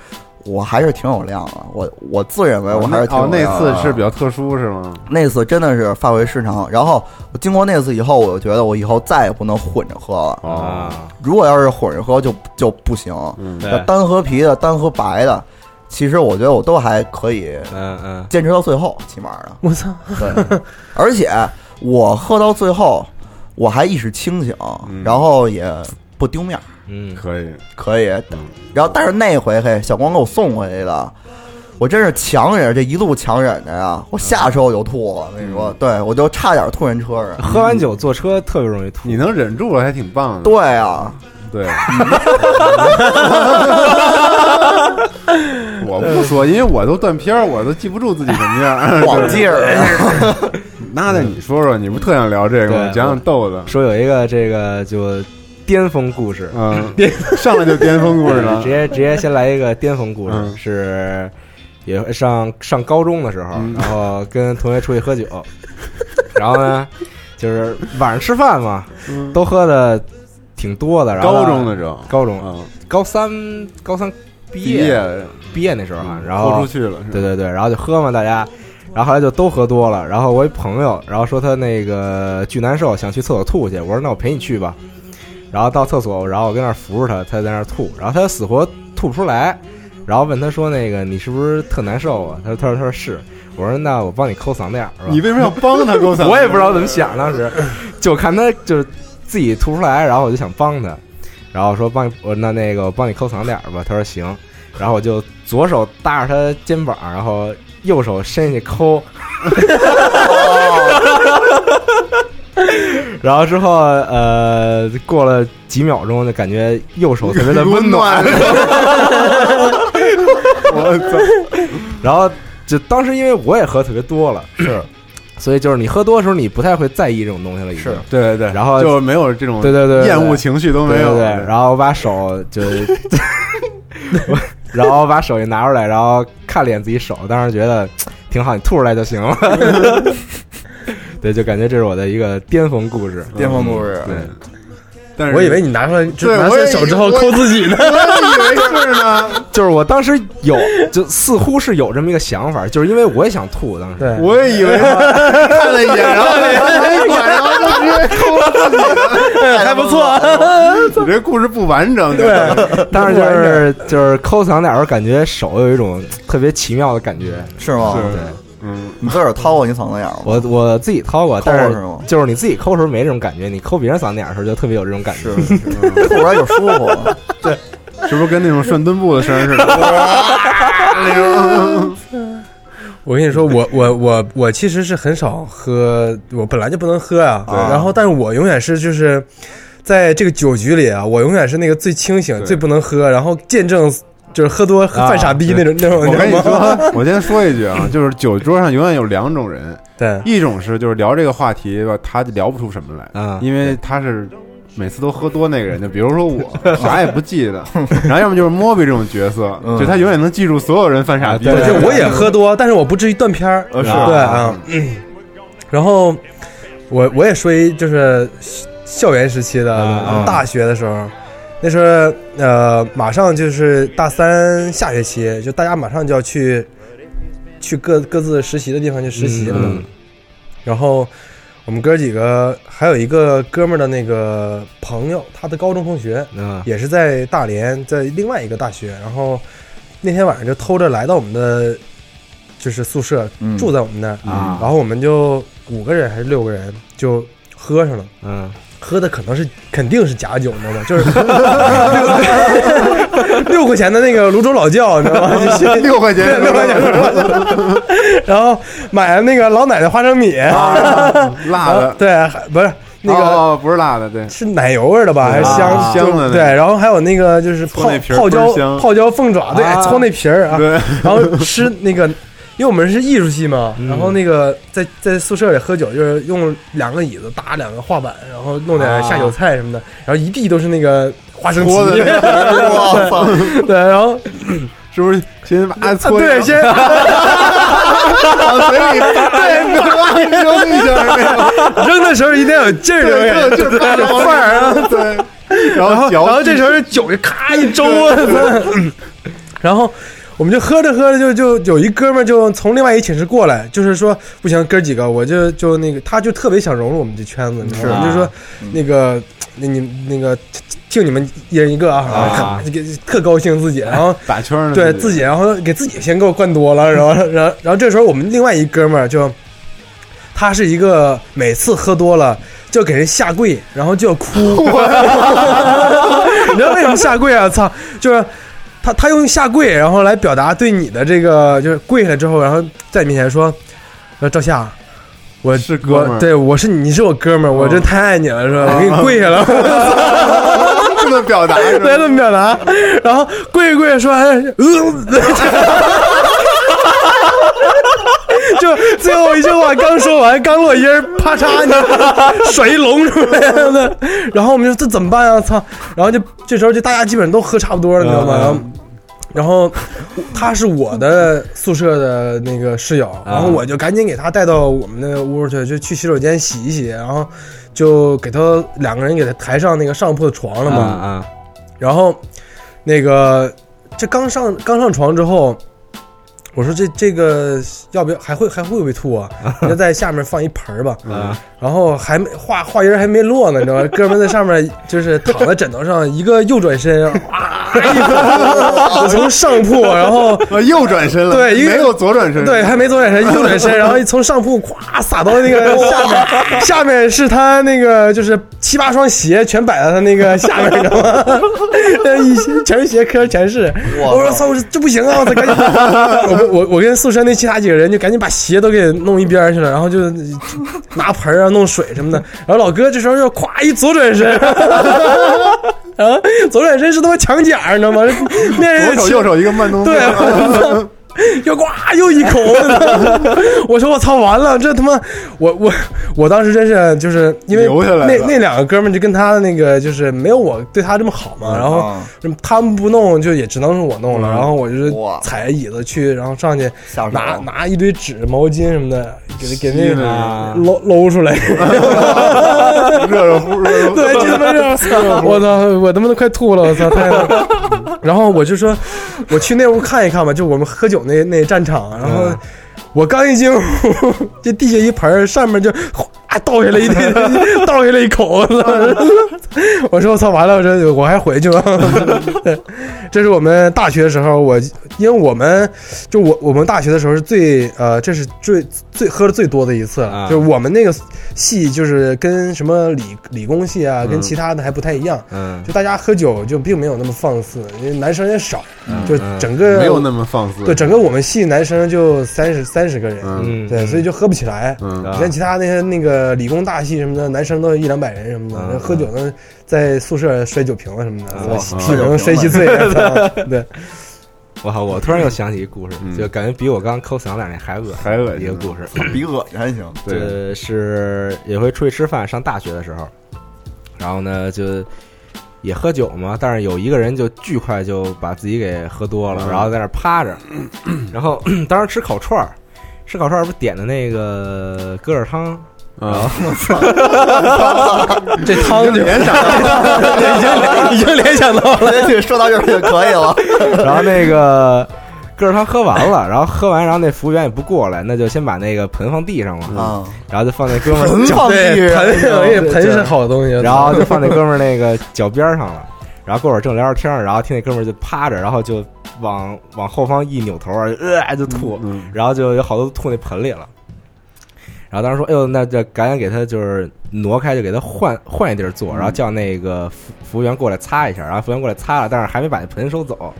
S1: 我还是挺有量的，我我自认为我还是挺有
S4: 哦，那
S1: 量的啊
S4: 次是比较特殊是吗？
S1: 那次真的是发挥失常。然后我经过那次以后，我就觉得我以后再也不能混着喝了。
S4: 啊，
S1: 如果要是混着喝就就不行。
S7: 对
S1: 要单喝啤的，单喝白的，其实我觉得我都还可以，
S7: 嗯嗯，
S1: 坚持到最后，起码的。
S8: 我操！
S1: 对，而且我喝到最后，我还意识清醒，然后也不丢面儿。
S7: 嗯，
S4: 可以，
S1: 可以。然后，但是那回嘿，小光给我送回去的，我真是强忍，这一路强忍着呀，
S7: 嗯
S1: 我下车我就吐了。我跟你说，对我就差点吐人车上。
S7: <laughs> 喝完酒坐车特别容易吐，
S4: 你能忍住了还挺棒的。
S1: 对
S7: <laughs>
S1: 啊， <laughs>
S4: 对，我不说，因为我都断片儿，我都记不住自己什么样
S1: <laughs>
S4: 儿。
S1: 忘记儿啊
S4: 了。那那你说说，你不特想聊这个吗？
S7: 对
S4: 讲讲逗的。
S7: 说有一个这个就巅峰故事，
S4: 嗯，上来就巅峰故事
S1: <laughs>
S4: 了
S7: 直接直接先来一个巅峰故事，
S4: 嗯
S7: 是也上上高中的时候，
S4: 嗯
S7: 然后跟同学出去喝酒，然后呢，就是晚上吃饭嘛，
S4: 嗯
S7: 都喝的挺多的，然后呢
S4: 高中的时候
S7: 高中、
S4: 嗯
S7: 高三高三啊毕
S4: 毕业嗯
S7: 业毕业那时候啊，然后
S4: 豁出去了是吧
S7: 对对对，然后就喝嘛，大家。然后后来就都喝多了，然后我一朋友，然后说他那个巨难受，想去厕所吐去。我说那我陪你去吧。然后到厕所，然后我跟那儿扶着他，他在那儿吐，然后他死活吐不出来。然后问他说那个你是不是特难受啊？他说他说他说是。我说那我帮你抠嗓子眼儿吧。
S4: <laughs> 你为什么要帮他勾嗓子眼儿
S7: <laughs> 我也不知道怎么想，当时就看他就是自己吐不出来，然后我就想帮他，然后说帮你我那那个我帮你抠嗓子眼儿吧。他说行。然后我就左手搭着他肩膀，然后右手伸进去抠， <laughs> 然后之后呃，过了几秒钟，就感觉右手特别的温暖。
S4: <laughs> 我
S7: <laughs> 操！然后就当时因为我也喝特别多了，是，所以就是你喝多的时候，你不太会在意这种东西了，已经。
S4: 对对对，
S7: 然后
S4: 就没有这种
S7: 对对对对
S4: 厌恶情绪都没有
S7: 对对对然后我把手就，我然后把手一拿出来，然后看了一眼自己手，当时觉得挺好，你吐出来就行了。对，就感觉这是我的一个巅峰故事，嗯
S1: 巅峰故事
S7: 对，
S4: 但
S8: 是我以为你拿出来就
S7: 对
S8: 拿出来手之后抠自己呢，
S4: 我以为是呢。
S7: 就是我当时有，就似乎是有这么一个想法，就是因为我也想吐，当时
S4: <laughs> 我
S7: <laughs>
S4: 也以为看了一眼，然后没管，然后就直接抠自己了，还不错。你这故事不完整，对吧，
S7: 当时就是就是抠嗓子眼儿，感觉手有一种特别奇妙的感觉，
S1: 是吗是
S7: 对，
S4: 嗯，
S1: 你自个儿掏过你嗓子眼儿吗？
S7: <laughs> 我我自己掏过，
S1: 抠过
S7: 但是
S1: 是吗
S7: 就是你自己抠的时候没这种感觉，你抠别人嗓子眼儿的时候就特别有这种感觉，
S1: 吐出来就舒服。 <coughs>
S7: 对，
S4: 是不是跟那种涮墩布的声 <laughs> 儿似
S7: <laughs>
S4: 的？
S8: 我跟你说，我我我我其实是很少喝，我本来就不能喝啊。
S4: 对
S8: 然后，但是我永远是就是在这个酒局里啊，我永远是那个最清醒、最不能喝，然后见证就是喝多
S4: 啊
S8: 犯傻逼那种、那种。
S4: 我跟你
S8: 知道吗
S4: 说，我先说一句啊，就是酒桌上永远有两种人，
S8: 对，
S4: 一种是就是聊这个话题吧，他聊不出什么来，
S7: 啊
S4: 因为他是。每次都喝多那个人，就比如说
S8: <laughs>
S4: 我，啥也不记得，然后要么就是莫比这种角色，就他永远能记住所有人犯傻逼。
S8: 嗯对，就我也喝多，但是我不至于断片儿。
S4: 呃是
S8: 对啊。嗯然后我我也说一就是校园时期的
S7: 啊
S8: 大学的时候，那时候呃马上就是大三下学期，就大家马上就要去去各各自实习的地方去实习了嘛。
S7: 嗯
S8: 然后我们哥几个还有一个哥们儿的那个朋友，他的高中同学，
S7: 嗯
S8: 也是在大连，在另外一个大学。然后那天晚上就偷着来到我们的就是宿舍，
S7: 嗯
S8: 住在我们那儿。
S7: 啊
S8: 然后我们就五个人还是六个人就喝上了。
S7: 嗯，
S8: 喝的可能是肯定是假酒，你知道吗？
S7: <laughs>
S8: 就是六块钱的那个泸州老窖，你知道吗？
S7: <laughs>
S8: 就是
S4: 六块钱
S8: 对六块钱。然后买了那个老奶奶花生米，
S7: 啊
S4: 啊辣的
S8: 对，还不是 <laughs> 那个
S4: 哦，不是辣的，对，
S8: 是奶油味儿的吧，还是
S4: 对
S8: 香
S4: 啊香的那
S8: 对，然后还有那个就是
S4: 搓
S8: 泡
S4: 那皮儿
S8: 泡椒
S4: 倍儿香
S8: 泡椒凤爪，对哎
S4: 啊，
S8: <laughs> 搓那皮儿啊，
S4: 对
S8: 然后吃那个因为我们是艺术系嘛，
S4: 嗯
S8: 然后那个在在宿舍里喝酒，就是用两个椅子搭两个画板，然后弄点下酒菜什么的，然后一地都是那个花生皮，
S4: 嗯搓的那个
S8: <laughs>
S4: 我操
S8: 对，对，然后啊
S4: 是不是先把它搓
S8: 对，
S4: 上
S8: 先
S4: <laughs> 往嘴里
S8: 对，
S4: 扔一下是吧
S8: 扔的时候一定要有劲儿，
S4: 对就是
S8: 对
S4: 伴着往
S8: 范儿啊，
S4: 对，
S8: 然
S4: 后
S8: 后
S4: 嚼
S8: 然后这时候酒就咔一周
S7: <laughs>
S8: 啊，然后我们就喝着喝着就就有一哥们儿就从另外一寝室过来，就是说不行，哥几个，我就就那个，他就特别想融入我们这圈子，你知道吗？
S7: 是啊嗯
S8: 就说那个那你那个敬你们一人一个
S7: 啊
S8: 啊， <laughs> 给特高兴自己，然后
S4: 打圈儿呢
S8: 对
S4: 自己
S8: 自己，然后给自己先给我灌多了，然 <laughs> 后然后然后这时候我们另外一哥们儿就。他是一个每次喝多了就给人下跪，然后就 <laughs> 要哭。你知道为什么下跪啊？操，就是他他用下跪，然后来表达对你的这个，就是跪下来之后，然后在你面前说，呃，赵夏。我是
S4: 哥们儿
S8: 对我是你是我哥们儿，我真太爱你了，是 <laughs> 吧？我给你跪下了，
S4: <laughs> 这么表达，
S8: 对，这么表达，然后跪着跪着说，哎，呃，就最后一句话刚说完，刚落音儿，啪嚓，你甩一龙出来了，然后我们就说这怎么办啊？操！然后就这时候就大家基本上都喝差不多了，你知道吗？
S7: 嗯
S8: 然后然后他是我的宿舍的那个室友，然
S7: 啊
S8: 后我就赶紧给他带到我们那个屋去，就去洗手间洗一洗，然后就给他两个人给他抬上那个上铺的床了嘛。
S7: 啊
S8: 然后那个这刚上刚上床之后，我说这这个要不要还会还会不会吐啊？你就在下面放一盆儿吧。
S7: 啊
S8: 然后还没话话音儿还没落呢，你知道吗？哥们儿在上面就是躺在枕头上，一个右转身，哇，就从上铺，然后
S4: 呃右转身了，
S8: 对，一个
S4: 没有左转身，
S8: 对，还没左转身，
S4: <laughs>
S8: 右转身，然后一从上铺咵撒到那个下面，下面是他那个就是七八双鞋全摆在他那个下面，你知
S4: <laughs>
S8: 道吗？一全是鞋壳，全是。
S9: 哇
S8: 我说操，我说这不行啊！我操，
S4: <laughs>
S8: 赶紧，我我我跟宿舍那其他几个人就赶紧把鞋都给弄一边儿去了，然后就拿盆儿啊弄水什么的。然后老哥这时候就咵一左转身。 <laughs> 啊，左转身是他妈墙角，你知道吗？那人
S4: 左手右手一个慢动作
S8: 对， <laughs> 我操又呱又一口，我说我操，完了，这他妈，我我我当时真是就是因为
S4: 留下来了
S8: 那那两个哥们儿就跟他的那个就是没有我对他这么好嘛，然后
S4: 啊
S8: 他们不弄就也只能是我弄了，
S4: 嗯
S8: 然后我就是踩椅子去，然后上去拿拿一堆纸、毛巾什么的给给那
S4: 吸啊
S8: 个
S4: 了
S8: 搂
S4: <laughs>
S8: 搂出来，
S4: 热热乎热乎，
S8: <laughs> 对，就他妈这样， <laughs> 我操，我他妈都快吐了，我操，太。然后我就说，我去那屋看一看吧，就我们喝酒那那战场。然后我刚一进屋， <laughs> 这地下一盆儿上面就哗倒下来一地，倒下来一口子。我说我操，完了，我说我还回
S4: <laughs>
S8: 去吧。对这是我们大学时候，我因为我们就我我们大学的时候是最呃，这是最最喝的最多的一次了，啊
S4: 啊
S8: 就是我们那个系就是跟什么理理工系啊，跟
S7: 嗯
S8: 其他的还不太一样，
S7: 嗯
S8: 就大家喝酒就并没有那么放肆，因为男生也少，
S4: 嗯
S8: 就
S4: 嗯
S8: 整个
S4: 没有那么放肆
S8: 对，整个我们系男生就三十三十个人，
S4: 嗯
S8: 对，所以就喝不起来。
S4: 嗯
S7: 啊
S8: 你像其他那些那个理工大系什么的，男生都一两百人什么的，
S4: 嗯
S8: 喝酒呢在宿舍摔酒瓶子什么的，
S7: 哇嗯
S8: 屁股能摔稀碎。
S7: <laughs>
S8: 对，
S4: 嗯
S7: 我靠！我突然又想起一故事，就感觉比我刚抠嗓子眼那还恶心，还恶一个故事，
S1: 比恶心还行。
S7: 这是有回出去吃饭，上大学的时候，然后呢就也喝酒嘛，但是有一个人就巨快就把自己给喝多了，
S4: 嗯
S7: 然后在那儿趴着，然后 <clears throat> 当时吃烤串儿，吃烤串儿不点的那个疙瘩汤啊，
S8: 这汤就
S7: 联
S4: 想
S8: 已经已经联想到了，
S1: 说到这儿就可以了。
S7: 然后
S4: <laughs>
S7: 那个个儿汤喝完了，然后喝完，然后那服务员也不过来，那就先把那个盆放地上了，
S4: 嗯
S1: 啊
S7: 然后就放那哥们儿
S4: <laughs>
S8: 盆
S7: 脚
S8: 放地
S7: 对
S8: 上
S7: 盆
S8: 我以为
S7: 对
S8: 盆
S7: 就是
S8: 好东西啊
S7: 然后就放那哥们儿那个脚边儿上了。然后过会儿正聊着天儿，然后听那哥们儿就趴着，然后就往往后方一扭头，呃就吐，
S4: 嗯
S7: 然后就有好多都吐那盆里了。然后当时说：“哎呦，那就赶紧给他就是挪开，就给他换换一地儿坐，然后叫那个服服务员过来擦一下。然后服务员过来擦了，但是还没把那盆收走，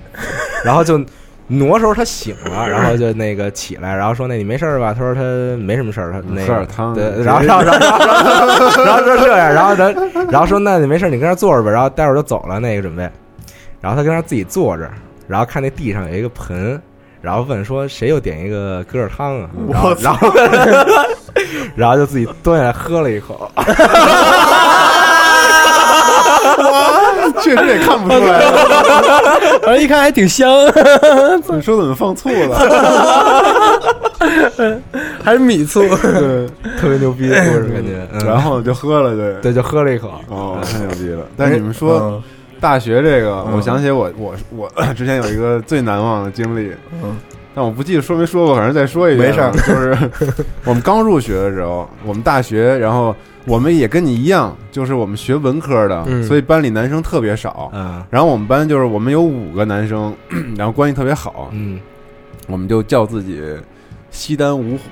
S7: 然后就挪的时候他醒了，然后就那个起来，然后说：‘那你没事儿吧？’他说：‘他没什么事儿。’他那
S4: 吃
S7: 个
S4: 点汤
S7: 对，然后然后然后然后然后说这样，然后他然后说：‘那你没事儿，你跟那儿坐着吧。’然后待会儿就走了，那个准备。然后他跟那儿自己坐着，然后看那地上有一个盆，然后问说谁又点一个疙瘩汤啊？然
S9: 我
S7: 后
S9: 操
S7: 然后 <laughs> 然后就自己端下来喝了一口，
S4: <laughs> 确实也看不出来，
S8: <laughs> 反正一看还挺香。
S4: 你说怎么
S8: <laughs>
S4: 放醋了？
S8: 还是米醋，
S7: 特别牛逼的故事感觉。嗯
S4: <laughs> 然后就喝了，对，
S7: 对，就喝了一口，
S4: 哦，太牛逼了！
S1: 哎
S4: 但是嗯你们说大学这个，
S1: 嗯
S4: 我想起我我我 <clears throat> 之前有一个最难忘的经历，
S1: 嗯，
S4: 但我不记得说没说过，反正再说一遍，
S1: 没事儿
S4: 就是
S1: <laughs>
S4: 我们刚入学的时候，我们大学，然后我们也跟你一样，就是我们学文科的，
S7: 嗯
S4: 所以班里男生特别少，
S7: 嗯，
S4: 然后我们班就是我们有五个男生， <clears throat> 然后关系特别好，
S7: 嗯，
S4: 我们就叫自己。西单五虎，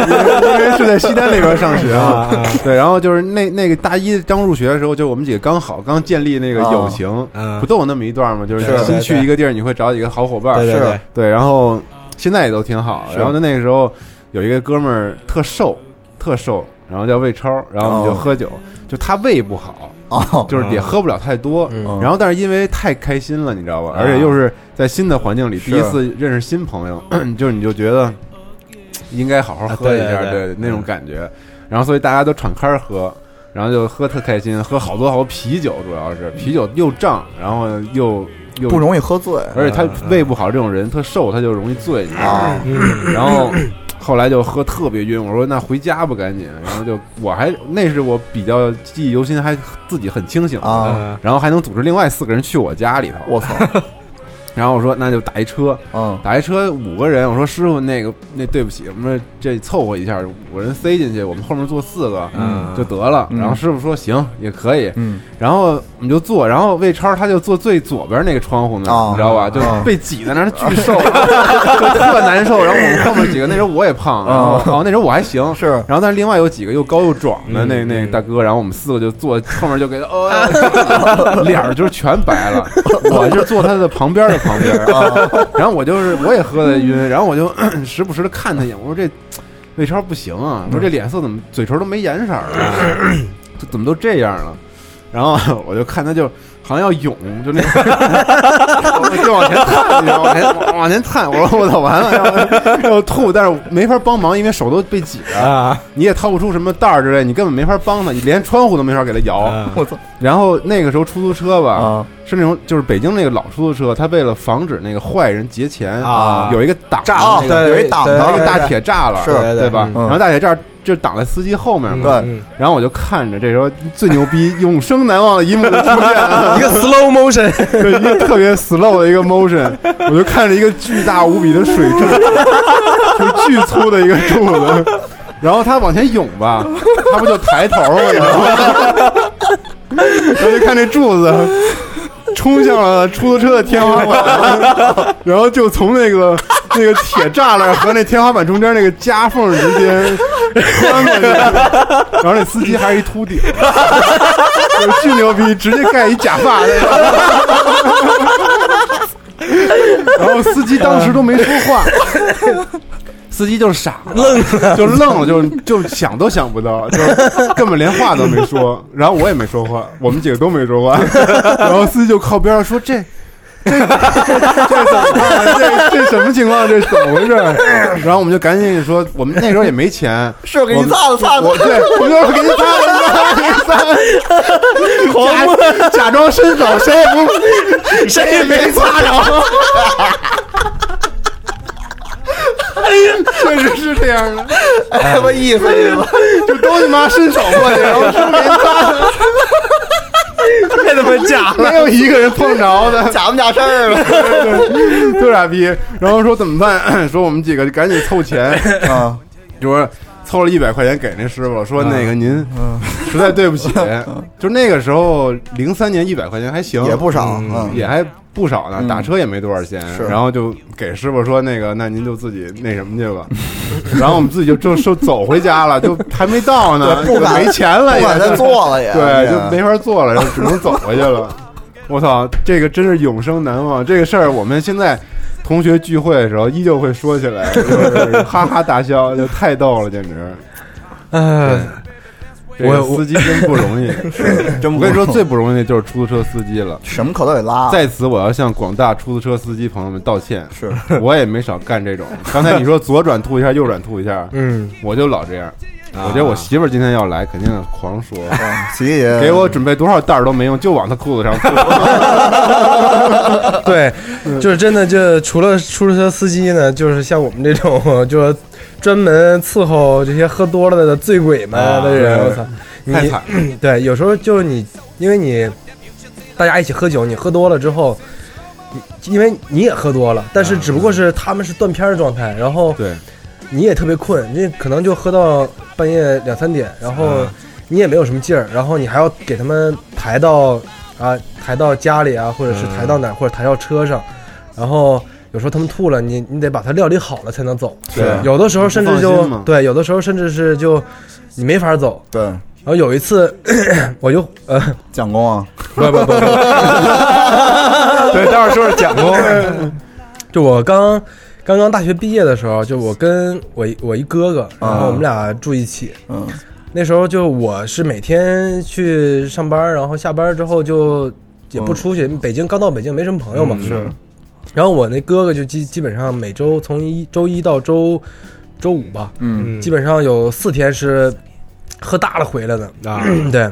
S1: <laughs>
S4: 因为是在西单那边上学嘛
S7: 啊啊，
S4: 对，然后就是那那个大一刚入学的时候，就我们几个刚好刚建立那个
S1: 啊
S4: 友情，
S7: 嗯
S4: 不都有那么一段吗？就是
S7: 是
S4: 新
S7: 对
S4: 去
S7: 对
S4: 一个地儿，你会找几个好伙伴，
S7: 对对
S4: 是
S7: 对
S4: 对，然后现在也都挺好。
S7: 是
S4: 然后呢，那个时候有一个哥们儿特瘦，特瘦，然后叫魏超，然后我们就喝酒，就他胃不好。
S1: 哦
S4: 就是也喝不了太多，
S1: 嗯
S4: 然后但是因为太开心了，你知道吧？
S1: 啊
S4: 而且又是在新的环境里，
S1: 是
S4: 第一次认识新朋友， <clears throat> 就是你就觉得应该好好喝一下，
S7: 啊对对对
S4: 那种感觉。然后所以大家都敞开喝，然后就喝特开心，喝好多好多啤酒，主要是啤酒又胀，然后又又
S1: 不容易喝醉，
S4: 而且他胃不好，这种人特瘦，他就容易醉，你知道
S1: 啊
S4: 吗？然后后来就喝特别晕，我说那回家吧，赶紧。然后就我还那是我比较记忆犹新，还自己很清醒的
S1: 啊
S4: 然后还能组织另外四个人去我家里头。
S1: 我操，
S4: <laughs> 然后我说那就打一车，
S1: 嗯，
S4: 打一车五个人。我说师傅，那个那对不起，我们这凑合一下，五个人塞进去，我们后面坐四个，
S7: 嗯
S4: 就得了。
S1: 嗯
S4: 然后师傅说行，也可以，
S1: 嗯，
S4: 然后我们就坐，然后魏超他就坐最左边那个窗户那儿，
S1: 哦
S4: 你知道吧？就
S7: 啊
S1: 哦
S4: 被挤在那儿，他巨
S7: <laughs>
S4: 瘦，就特难受。然后我们后面几个那时候我也
S7: 啊
S4: 胖，然后哦那时候我还行，
S1: 是
S4: 然后但是另外有几个又高又壮的那
S7: 嗯
S4: 那
S7: 嗯
S4: 大哥，然后我们四个就坐后面就给他，
S7: <laughs>
S4: 哦，脸儿就是全白了。我就坐他的旁边的旁边，
S7: <laughs>
S4: 啊然后我就是我也喝的晕，然后我就 <clears throat> 时不时的看他一眼，我说这魏超不行啊，我说这
S7: 嗯
S4: 脸色怎么嘴唇都没颜色儿
S7: <laughs>
S4: 了，这怎么都这样了？然后 <laughs> 我就看他就好像要涌，就那个我就往前探，你知道吗往前往前探，我说我操完了要要吐，但是没法帮忙，因为手都被挤着，
S7: 啊，
S4: 你也掏不出什么袋儿之类，你根本没法帮他，你连窗户都没法给他摇。
S7: 啊
S1: 我操
S4: 然后那个时候出租车吧，
S1: 啊
S4: 是那种就是北京那个老出租车，它为了防止那个坏人劫钱
S7: 啊
S4: 有一个挡
S1: 栅
S4: 那个
S1: 栏有一挡
S4: 有
S1: 对
S4: 一
S1: 对
S4: 个大铁栅栏，
S1: 是
S7: 对对
S4: 对吧？
S1: 嗯
S4: 然后大铁栅就挡在司机后面嘛。
S1: 对
S7: 嗯
S4: 然后我就看着这时候最牛逼、 <laughs> 永生难忘的一幕出现啊了，
S8: 一个 slow motion，
S4: 对一个特别 slow 的一个 motion，我就看着一个巨大无比的水柱，就巨粗的一个柱子，然后他往前涌吧，他不就抬头了吗？然后然后就看这柱子冲向了出租车的天花板，然后就从那个那个铁栅栏和那天花板中间那个夹缝之间穿过去， <laughs> 然后那司机还是一秃顶，就是巨牛逼，直接盖一假发那种。然后司机当时都没说话，司机就傻了，愣就愣了，就就想都想不到，就根本连话都没说。然后我也没说话，我们几个都没说话。然后司机就靠边上说：“这。”这这怎么办啊？这这什么情况？这怎么回事？然后我们就赶紧说，我们那时候也没钱，
S1: 是我给你
S4: 我们
S1: 擦了擦
S4: 我
S1: 了，
S4: 对，我就给你擦了擦，假假装伸手，谁也不谁也没擦着。确实是这样的，
S1: 哎什么意思？意思
S4: 就都他妈伸手过去，然后是没擦着，
S1: 太他妈假
S4: 没有一个人碰着的，
S1: 假不假事儿了
S4: 特傻逼。然后说怎么办？说我们几个就赶紧凑钱，
S1: 啊！
S4: 就说凑了一百块钱给那师傅，说那
S1: 嗯
S4: 个您实在对不
S1: <laughs>
S4: 起，就那个时候零三年一百块钱还行，
S1: 也不少，嗯，
S4: 也还不少呢，
S1: 嗯
S4: 打车也没多少钱，
S1: 是
S4: 然后就给师傅说那个，那您就自己那什么去吧。然后我们自己就就就走回家了，就还没到
S1: <laughs>
S4: 呢，
S1: 对不敢
S4: 就没钱了也，
S1: 不敢再
S4: 就是
S1: 做了也哎
S4: 对，
S1: 也，
S4: 就没法做了，然后只能走回去了。我操，这个真是永生难忘。这个事儿我们现在同学聚会的时候依旧会说起来，就是哈哈大笑，就太逗了，简直。
S8: 嗯，
S4: 这个司机真不容易 <laughs>
S1: 真不容易
S4: 我跟你说，最不容易的啊就是出租车司机了，
S1: 什么口都得拉
S4: 在此，我要向广大出租车司机朋友们道歉，
S1: 是
S4: 我也没少干 <laughs> 这种。刚才你说左转吐一下，右转吐一下，
S8: 嗯，
S4: 我就老这样。
S7: 啊
S4: 我觉得我媳妇儿今天要来，肯定狂 <laughs> 说，
S1: 媳妇
S4: 给我准备多少袋儿都没用，就往她裤子上吐。
S8: 对，就是真的，就除了出租车司机呢，就是像我们这种，就是专门伺候这些喝多了的醉鬼们
S4: 啊
S8: 的人，
S4: 对
S8: 我操，你
S4: 太惨
S8: <clears throat> 对，有时候就是你，因为你大家一起喝酒，你喝多了之后。你因为你也喝多了，但
S4: 啊
S8: 是只不过是他们是断片儿的状态，然后
S4: <laughs> 对，
S8: 你也特别困，你可能就喝到半夜两三点，然后
S7: 啊
S8: 你也没有什么劲儿，然后你还要给他们抬到啊抬到家里啊，或者是抬到哪儿，或者抬到车上，然后有时候他们吐了，你你得把它料理好了才能走。
S4: 对
S8: 有的时候甚至
S4: 不放
S8: 就
S4: 心嘛
S8: 对，有的时候甚至是就你没法走。
S1: 对，
S8: 然后有一次 <coughs> 我就呃
S1: 蒋工啊，
S8: 不不不不，
S4: 对，待会儿说是
S8: <laughs>
S4: 蒋工。
S8: 就我刚刚刚大学毕业的时候，就我跟我一我一哥哥，然后我们俩住一起。
S1: 嗯，
S8: 那时候就我是每天去上班，然后下班之后就也
S1: 嗯
S8: 不出去。北京刚到北京，没什么朋友嘛。是。然后我那哥哥就基基本上每周从一周一到周周五吧，
S1: 嗯
S8: 基本上有四天是喝大了回来的。
S7: 啊
S8: 对。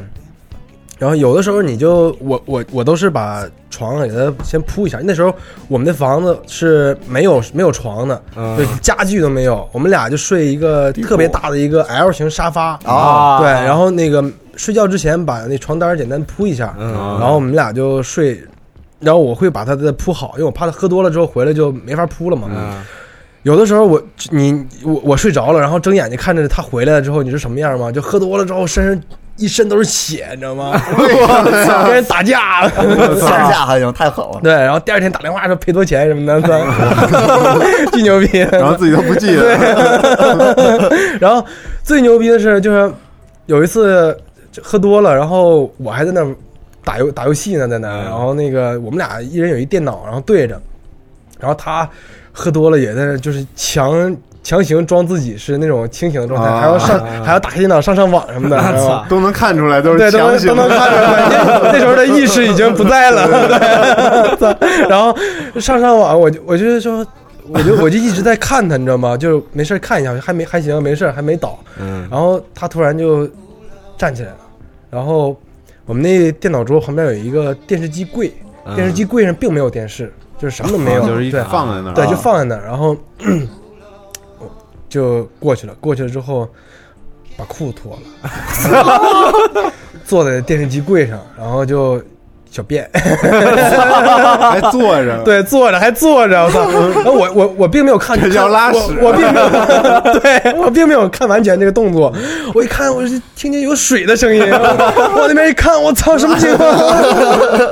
S8: 然后有的时候你就我我我都是把床给它先铺一下。那时候我们那房子是没有没有床的，
S7: 嗯
S8: 就家具都没有，我们俩就睡一个特别大的一个 L 型沙发
S1: 啊
S8: 对，然后那个睡觉之前把那床单简单铺一下，然后我们俩就睡，然后我会把它再铺好，因为我怕他喝多了之后回来就没法铺了嘛。有的时候我你我我睡着了，然后睁眼睛看着他回来了之后，你知道什么样吗？就喝多了之后身上一身都是血，你知道吗？ <laughs> 跟人打架，
S1: <laughs> 下架还行，太狠了。
S8: 对，然后第二天打电话说赔多少钱什么的，操 <laughs> 巨牛逼。
S4: 然后自己都不记得，
S8: <laughs> 然后最牛逼的是，就是有一次就喝多了，然后我还在那儿打游打游戏呢，在
S4: 嗯
S8: 那儿，然后那个我们俩一人有一电脑，然后对着，然后他喝多了也在那儿就是强。强行装自己是那种清醒的状态，
S4: 啊
S8: 还要上，还要打开电脑上上网什么的，然后
S4: <laughs>
S7: 操
S4: 都能看出来都
S8: 对，
S4: 是
S8: 都
S4: 强
S8: 能
S4: 行
S8: 都能看出
S4: 的。 <laughs>
S8: 来，那那时候的意识已经不在了。 <laughs> 对然后上上网，我就我就说，我就我就一直在看他，你知道吗？就是没事儿看一下，还没还行，没事儿还没倒。
S7: 嗯
S8: 然后他突然就站起来了，然后我们那电脑桌旁边有一个电视机柜，电视机柜上并没有电视，就是什么都没有，
S4: 嗯啊哦就是一
S8: 对
S4: 放在那儿，啊
S8: 对，就放在那儿，然后我就过去了。过去了之后，把裤脱了， <laughs> 坐在电视机柜上，然后就小便，
S4: 啊 <laughs> 还坐着。
S8: 对，坐着还坐着，我操！然后我我我并没有看，
S4: 嗯这叫
S8: 看
S4: 拉
S8: 我
S4: 屎
S8: 我并
S4: <laughs>
S8: 没有，对我并没有看完全这个动作。我一看，我是听见有水的声音，我那边一看，我操，什么情况？ <laughs>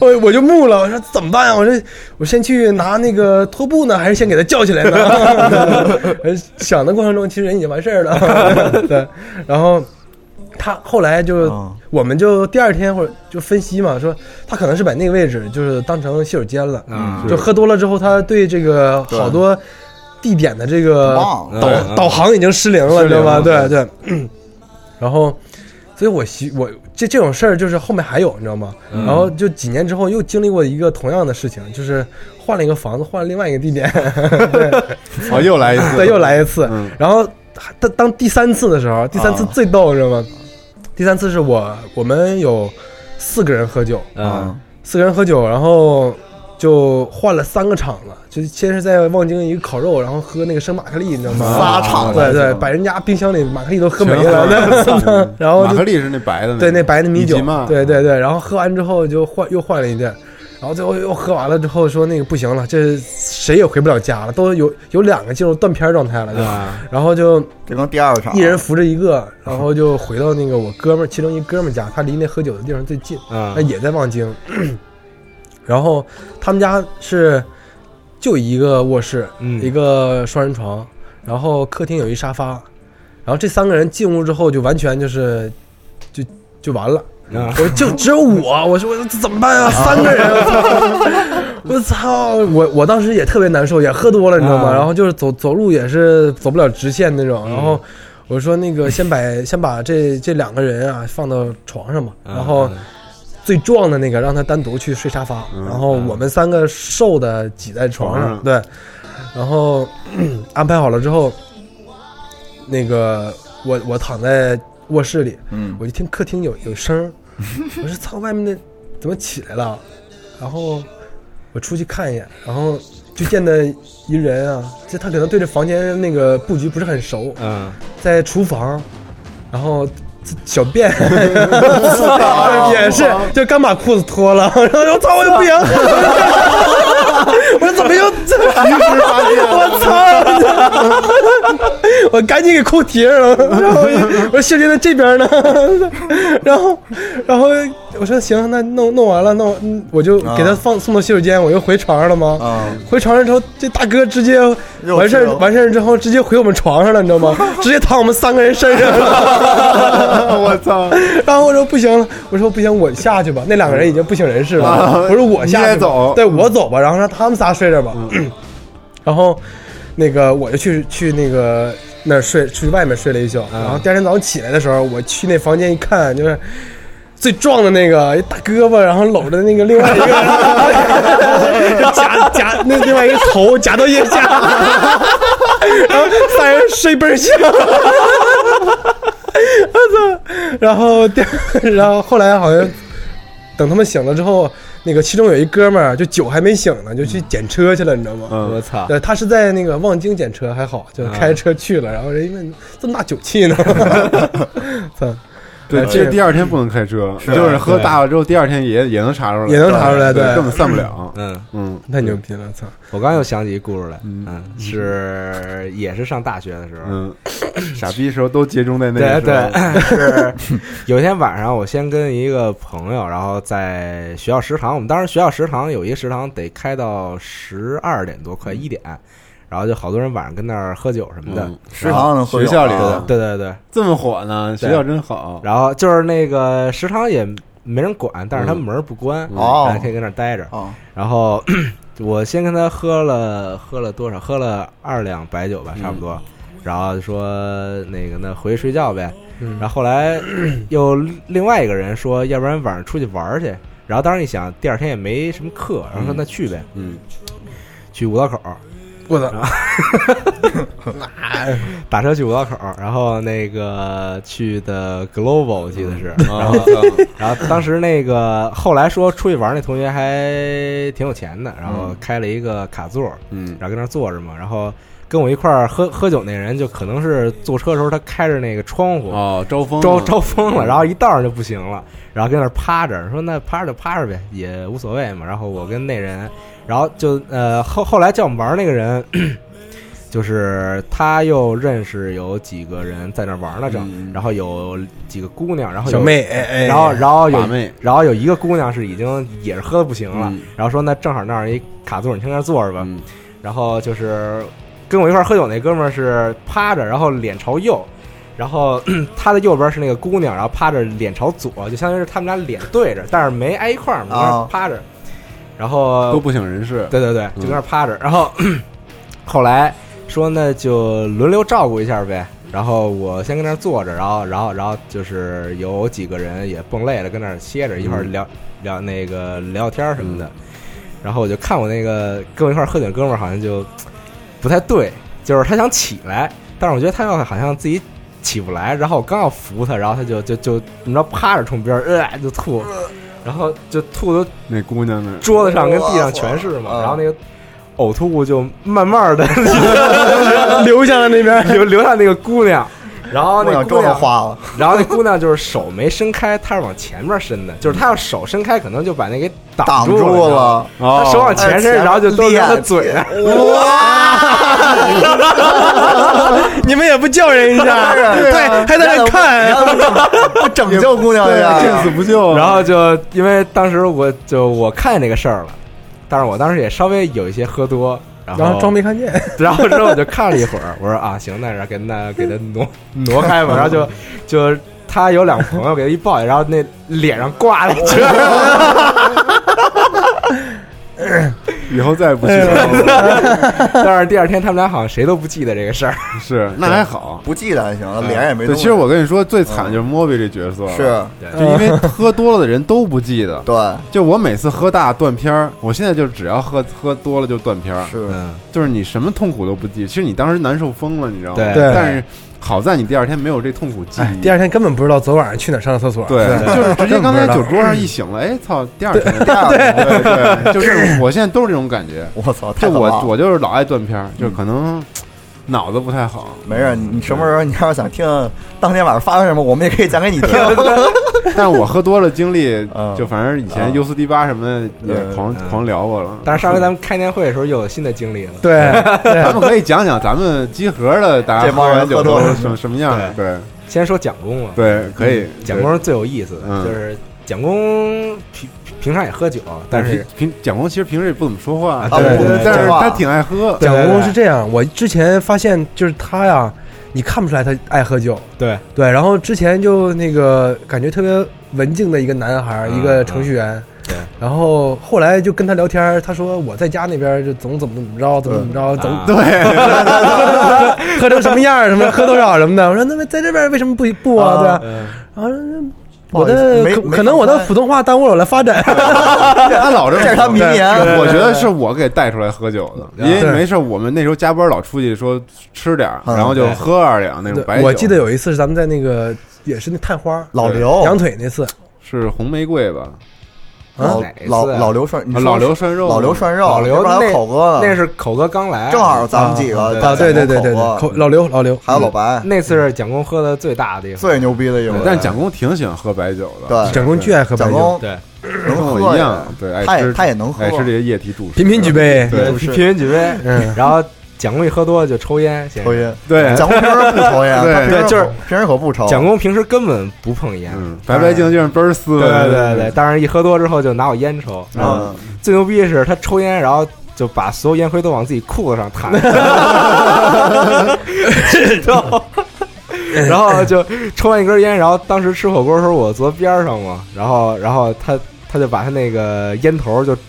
S8: 我我就木了，我说怎么办呀、啊我说我先去拿那个拖布呢，还 <laughs> 是先给他叫起
S4: <laughs>
S8: 来呢？想的过程中，其实人已经完事儿了。 <laughs> 对，然后他后来就、
S1: 嗯
S8: 我们就第二天或者就分析嘛，说他可能是把那个位置就是当成洗手间了，
S7: 嗯
S8: 就喝多了之后，他对这个好多地点的这个
S1: 忘了
S7: 嗯
S8: 导
S7: 嗯
S8: 导航已经失灵了，
S4: 失
S8: 知
S4: 灵
S8: 道吧？
S4: 了
S8: 对对。 <clears throat> 然后，所以我习我这这种事儿就是后面还有，你知道吗？然后就几年之后又经历过一个同样的事情，就是换了一个房子，换了另外一个地点，
S4: 哦，又来一
S8: <laughs>
S4: 次，
S8: 对，又来一次。
S4: 嗯啊
S8: 然后还当当第三次的时候，第三次最逗，你知道吗？第三次是我我们有四个人喝酒，
S1: 啊
S7: 嗯
S8: 四个人喝酒，然后就换了三个场子，就先是在望京一个烤肉，然后喝那个生马克利，你知道吗？
S1: 仨场子
S8: 对对，把人家冰箱里马克利都喝没
S4: 啊全喝
S8: 了， <laughs> 然后
S4: 马
S8: 就
S4: 克利是那白的，
S8: 对那白的米酒
S4: 以及嘛，
S8: 对
S4: <laughs>
S8: 对对，然后喝完之后就换又换了一遍，然后最后又喝完了之后说那个不行了，这谁也回不了家了，都有有两个进入断片儿状态了，就
S7: 啊
S8: 然后就
S1: 这跟第二场
S8: 一人扶着一个，然后就回到那个我哥们儿，其中一哥们儿家，他离那喝酒的地方最近，
S7: 啊
S8: 那也在望京。 <clears throat> 然后他们家是就一个卧室，
S7: 嗯
S8: 一个双人床，然后客厅有一沙发，然后这三个人进屋之后就完全就是就就完了。
S7: 啊
S8: 我就只有我，我说我这怎么办啊？三个人，我操！我操！我我当时也特别难受，也喝多了，你知道吗？
S7: 啊
S8: 然后就是走走路也是走不了直线那种，然后我说那
S4: <laughs>
S8: 个先把先把这这两个人啊放到床上吧，
S4: 嗯
S8: 然后最壮的那个让他单独去睡沙发，然后我们三个瘦的挤在床
S4: 嗯
S8: 上，
S4: 床上
S8: 对，然后 <clears throat> 咳安排好了之后，那个我我躺在卧室里，
S1: 嗯，
S8: 我就听客厅有有
S4: <laughs>
S8: 声儿，我说操，外面的怎么起来了？然后我出去看一眼，然后就见到一人啊，这他可能对这房间那个布局不是很熟，
S7: 嗯，
S8: 在厨房，然后小便也是就刚把裤子脱了， <laughs> 然后我操，我就不行， <laughs> 我说怎么又这
S9: 及时发现
S8: <laughs> 我操！我赶紧给裤提上了， <laughs> 然后我说兄弟在这边呢， <laughs> 然后然后我说行，那弄弄完了，弄嗯我就给他放送到洗手间，我又回床上了吗？回床上之后，这大哥直接完事儿完事儿之后，直接回我们床上了，你知
S4: <laughs>
S8: 道吗？直接躺我们三个人身上了，我 <laughs> 操！然后我说不行了，我说不行，我下去吧。那两个人已经不省人事
S4: 啊
S8: 了，我说我
S4: 你
S8: 下
S4: 也
S8: 去吧
S4: 走嗯
S8: 对我走吧，然后让他们仨睡这吧。 <clears throat> 然后那个我就去去那个那儿睡，去外面睡了一宿。
S4: 嗯
S8: 然后第二天早上起来的时候，我去那房间一看，就是最壮的那个一大胳膊，然后搂着那个另外一个人，就 <laughs> 夹夹那另外一个头夹到腋下，然后三人睡倍儿香。我操！ <laughs> 然后第二，然后后来好像等他们醒了之后，那个其中有一哥们儿就酒还没醒呢，就去捡车去了，你知道吗？
S4: 嗯
S7: 我操
S8: 对，他是在那个望京捡车，还好，就开车去了。然后人一问，这么大酒气呢？ <laughs> 操！
S4: 对，
S8: 哎
S4: 其实
S8: 个
S4: 第二天不能开车，
S8: 是
S4: 就是喝大了之后，第二天也也能查出来，
S8: 也能查出来
S4: 对，
S8: 对
S4: 根本散不了。
S7: 嗯
S4: 嗯，
S8: 太牛逼了，操！
S7: 我刚又想起一故事来，嗯，是也是上大学的时候，
S8: <laughs>
S4: 嗯，傻逼时候都集中在那个
S7: 对对，
S4: 时候 <laughs>
S7: 是有一天晚上，我先跟一个朋友，然后在学校食堂，我们当时学校食堂有一个食堂得开到十二点多，快一点，然后就好多人晚上跟那儿喝酒什么的
S4: 嗯，
S7: 然后
S4: 食堂能喝酒
S1: 啊
S4: 学校里的
S7: 对对对对，
S4: 这么火呢，
S7: 对
S4: 学校真好。
S7: 然后就是那个食堂也没人管，但是他门儿不关，
S4: 嗯
S1: 哦
S7: 大家可以跟那儿待着。
S1: 嗯
S7: 然后 <clears throat> 我先跟他喝了喝了多少？喝了二两白酒
S4: 嗯
S7: 吧，差不多。然后就说那个那回去睡觉呗。
S8: 嗯
S7: 然后后来 <clears throat> 又另外一个人说，要不然晚上出去玩儿去。然后当时一想，第二天也没什么课，然后说那去呗，
S4: 嗯，
S7: 去五道口。
S8: 我操！
S7: 嗯打车去五道口，然后那个去的 Global 我记得是，然后
S4: 嗯
S7: 然后当时那个后来说出去玩那同学还挺有钱的，然后开了一个卡座，
S4: 嗯，
S7: 然后跟那儿坐着嘛，然后跟我一块儿喝喝酒那人就可能是坐车的时候他开着那个窗户
S4: 哦，招风
S7: 招
S4: 了
S7: 招风了，然后一道儿就不行了，然后跟那儿趴着，说那趴着就趴着呗，也无所谓嘛。然后我跟那人，然后就呃后后来叫我们玩儿那个人， <clears throat> 就是他又认识有几个人在那儿玩了正，
S4: 嗯
S7: 然后有几个姑娘，然后有
S8: 小妹哎哎
S7: 然后然后
S4: 把
S7: 有
S4: 妹
S7: 然后有一个姑娘是已经也是喝的不行了，
S4: 嗯
S7: 然后说那正好那儿有一卡座，你听那儿坐着吧。然后就是跟我一块儿喝酒那哥们儿是趴着，然后脸朝右，然后 <clears throat> 他的右边是那个姑娘，然后趴着脸朝左，就相当于是他们俩脸对着，但是没挨一块儿嘛，就在那儿趴着，然后
S4: 都不省人事。
S7: 对对对，就跟那儿趴着。然后 <clears throat> 后来说那就轮流照顾一下呗。然后我先跟那儿坐着，然后然后然后就是有几个人也蹦累了，跟那儿歇着，一会儿聊、聊那个聊聊天儿什么的。然后我就看我那个跟我一块儿喝酒的哥们儿好像就不太对，就是他想起来，但是我觉得他要好像自己起不来，然后我刚要扶他，然后他就就就你知道趴着冲边儿，呃就吐，然后就吐都
S4: 那姑娘呢？
S7: 桌子上跟地上全是
S1: 嗯
S7: 嘛，然后那个呕吐物就慢
S1: <laughs>
S7: 慢的
S8: 流向了那边，
S7: 流流向那个姑娘，然后那
S1: 我想
S7: 姑
S1: 妆都
S7: 娘
S1: 花了，
S7: 然后那姑娘就是手没伸开，她是往前面伸的，就是她要手伸开，可能就把那给挡
S1: 挡住
S7: 住
S1: 了
S7: 她手往前伸，
S1: 哎前
S7: 然后就都在她
S1: 脸
S7: 嘴啊
S1: <laughs>
S7: 那儿。
S8: 你们也不叫人一
S7: <laughs>
S8: 下，对，还在那看，
S1: 不 <laughs> 拯救姑娘一下哎呀，
S4: 不救
S7: 然后就因为当时我就我看见这个事儿了，但是我当时也稍微有一些喝多，然后
S8: 然后装没看见，
S7: <laughs> 然后之后我就看了一会儿，我说啊，行，那然后给那给他挪挪开吧，然后就就他有两个朋友给他一抱，然后那脸上挂了一圈，
S4: 以后再也不去
S7: 了。但是第二天他们俩好像谁都不记得这个事儿，
S4: 是那还好，
S1: 不记得还行，脸哎也没
S4: 对，
S1: 动。
S4: 其实我跟你说，最惨就是莫比这角色了，啊
S1: 是啊
S4: 就因为喝多了的人都不记得。
S1: <laughs> 对，
S4: 就我每次喝大断片儿，我现在就只要喝喝多了就断片儿，
S1: 是，
S4: 就是你什么痛苦都不记，其实你当时难受疯了，你知道吗？
S8: 对对
S4: 但是好在你第二天没有这痛苦记忆。
S8: 第二天根本不知道昨晚上去哪儿上的厕所，
S4: 对，就是直接刚才酒桌上一
S8: 起，
S4: 醒了，哎操，第二天，第二天，对对，就是我现在都是这种感觉。
S1: 我操，太
S4: 就
S1: 可怕
S4: 我
S1: 了
S4: 我就是老爱断片儿，
S7: 嗯
S4: 就是可能脑子不太好。
S1: 没事，你什么时候你要想听当天晚上发生什么，我们也可以讲给你听。
S4: 但是我喝多了经历，就反正以前
S1: 嗯
S4: U 四 D 八什么的也狂狂聊过了。
S7: 但是上回咱们开年会的时候又有新的经历了。
S4: 咱们可以讲讲咱们集合的大家
S7: 这帮人
S4: 完酒
S7: 喝多
S4: 都
S7: 了
S4: 什么什么样儿？对，
S7: 先说蒋工啊，
S4: 对可以
S7: 嗯蒋工是最有意思
S4: 嗯
S7: 的，就是蒋工平平常也喝酒，但是啊
S4: 平蒋工其实平时也不怎么说话，
S7: 对对对
S4: 但是
S7: <laughs> 对
S4: 他挺爱喝。
S8: 蒋公是这样，我之前发现就是他呀，你看不出来他爱喝酒，
S7: 对
S8: 对，然后之前就那个感觉特别文静的一个男孩儿，一个程序员。
S7: 对，
S8: 然后后来就跟他聊天儿，他说我在家那边儿就总怎么怎么着，怎么怎么着，总
S7: 啊
S8: 对， <laughs> 喝成什么样儿，什么喝多少什么的。我说那么在这边儿为什么不不啊？对吧？然后我的可可能我的普通话耽误了我的发展。
S4: <laughs> 他老这么说
S8: 这是他名言
S4: 对我觉得是我给带出来喝酒的，因
S8: 对
S4: 为没事，我们那时候加班老出去说吃点儿，然后就喝二两那种
S8: 对
S4: 白酒。
S8: 我记得有一次是咱们在那个也是那探花
S4: 老刘
S8: 羊腿那次，
S4: 是红玫瑰吧？啊
S1: 老啊老老刘涮，你说
S4: 老刘涮肉，
S1: 老刘涮肉，
S7: 老
S1: 这
S7: 刘
S1: 边还有
S7: 那
S1: 口哥呢，
S7: 那是口哥刚来，
S1: 正好咱们几个
S8: 啊，对对对对
S1: 口
S8: 对，
S1: 哥
S8: 口老刘老刘
S1: 还有老白，
S7: 那次是蒋工喝的最大的一回，
S1: 最牛逼的一回。
S4: 但蒋工挺喜欢喝白酒的，
S1: 对
S8: 蒋公巨爱喝白
S1: 蒋
S8: 酒
S1: 公，
S7: 对，
S1: 能
S4: 跟
S1: 喝
S4: 我一
S1: 呀
S4: 样，对，爱
S1: 他也
S4: 吃
S1: 他也能喝
S4: 爱吃这些液体主食，
S8: 频频举杯
S4: 对，
S7: 频频举杯，然后蒋工一喝多就嗯抽烟，先
S1: 抽烟，
S4: 对
S1: 蒋公平时不抽烟，他
S7: 对
S1: 平时
S7: 对，就是
S1: 可平时可不抽。
S7: 蒋工平时根本不碰烟，
S4: 嗯白白净净倍儿斯
S7: 嗯对
S4: 文。
S7: 对对对，嗯但是一喝多之后就拿我烟抽，
S1: 嗯
S7: 然后最牛逼的是他抽烟，然后就把所有烟灰都往自己裤子上 <laughs> 弹，然后然后就抽完一根烟，然后当时吃火锅的时候我坐边上嘛，然后然后他他就把他那个烟头就。 <laughs>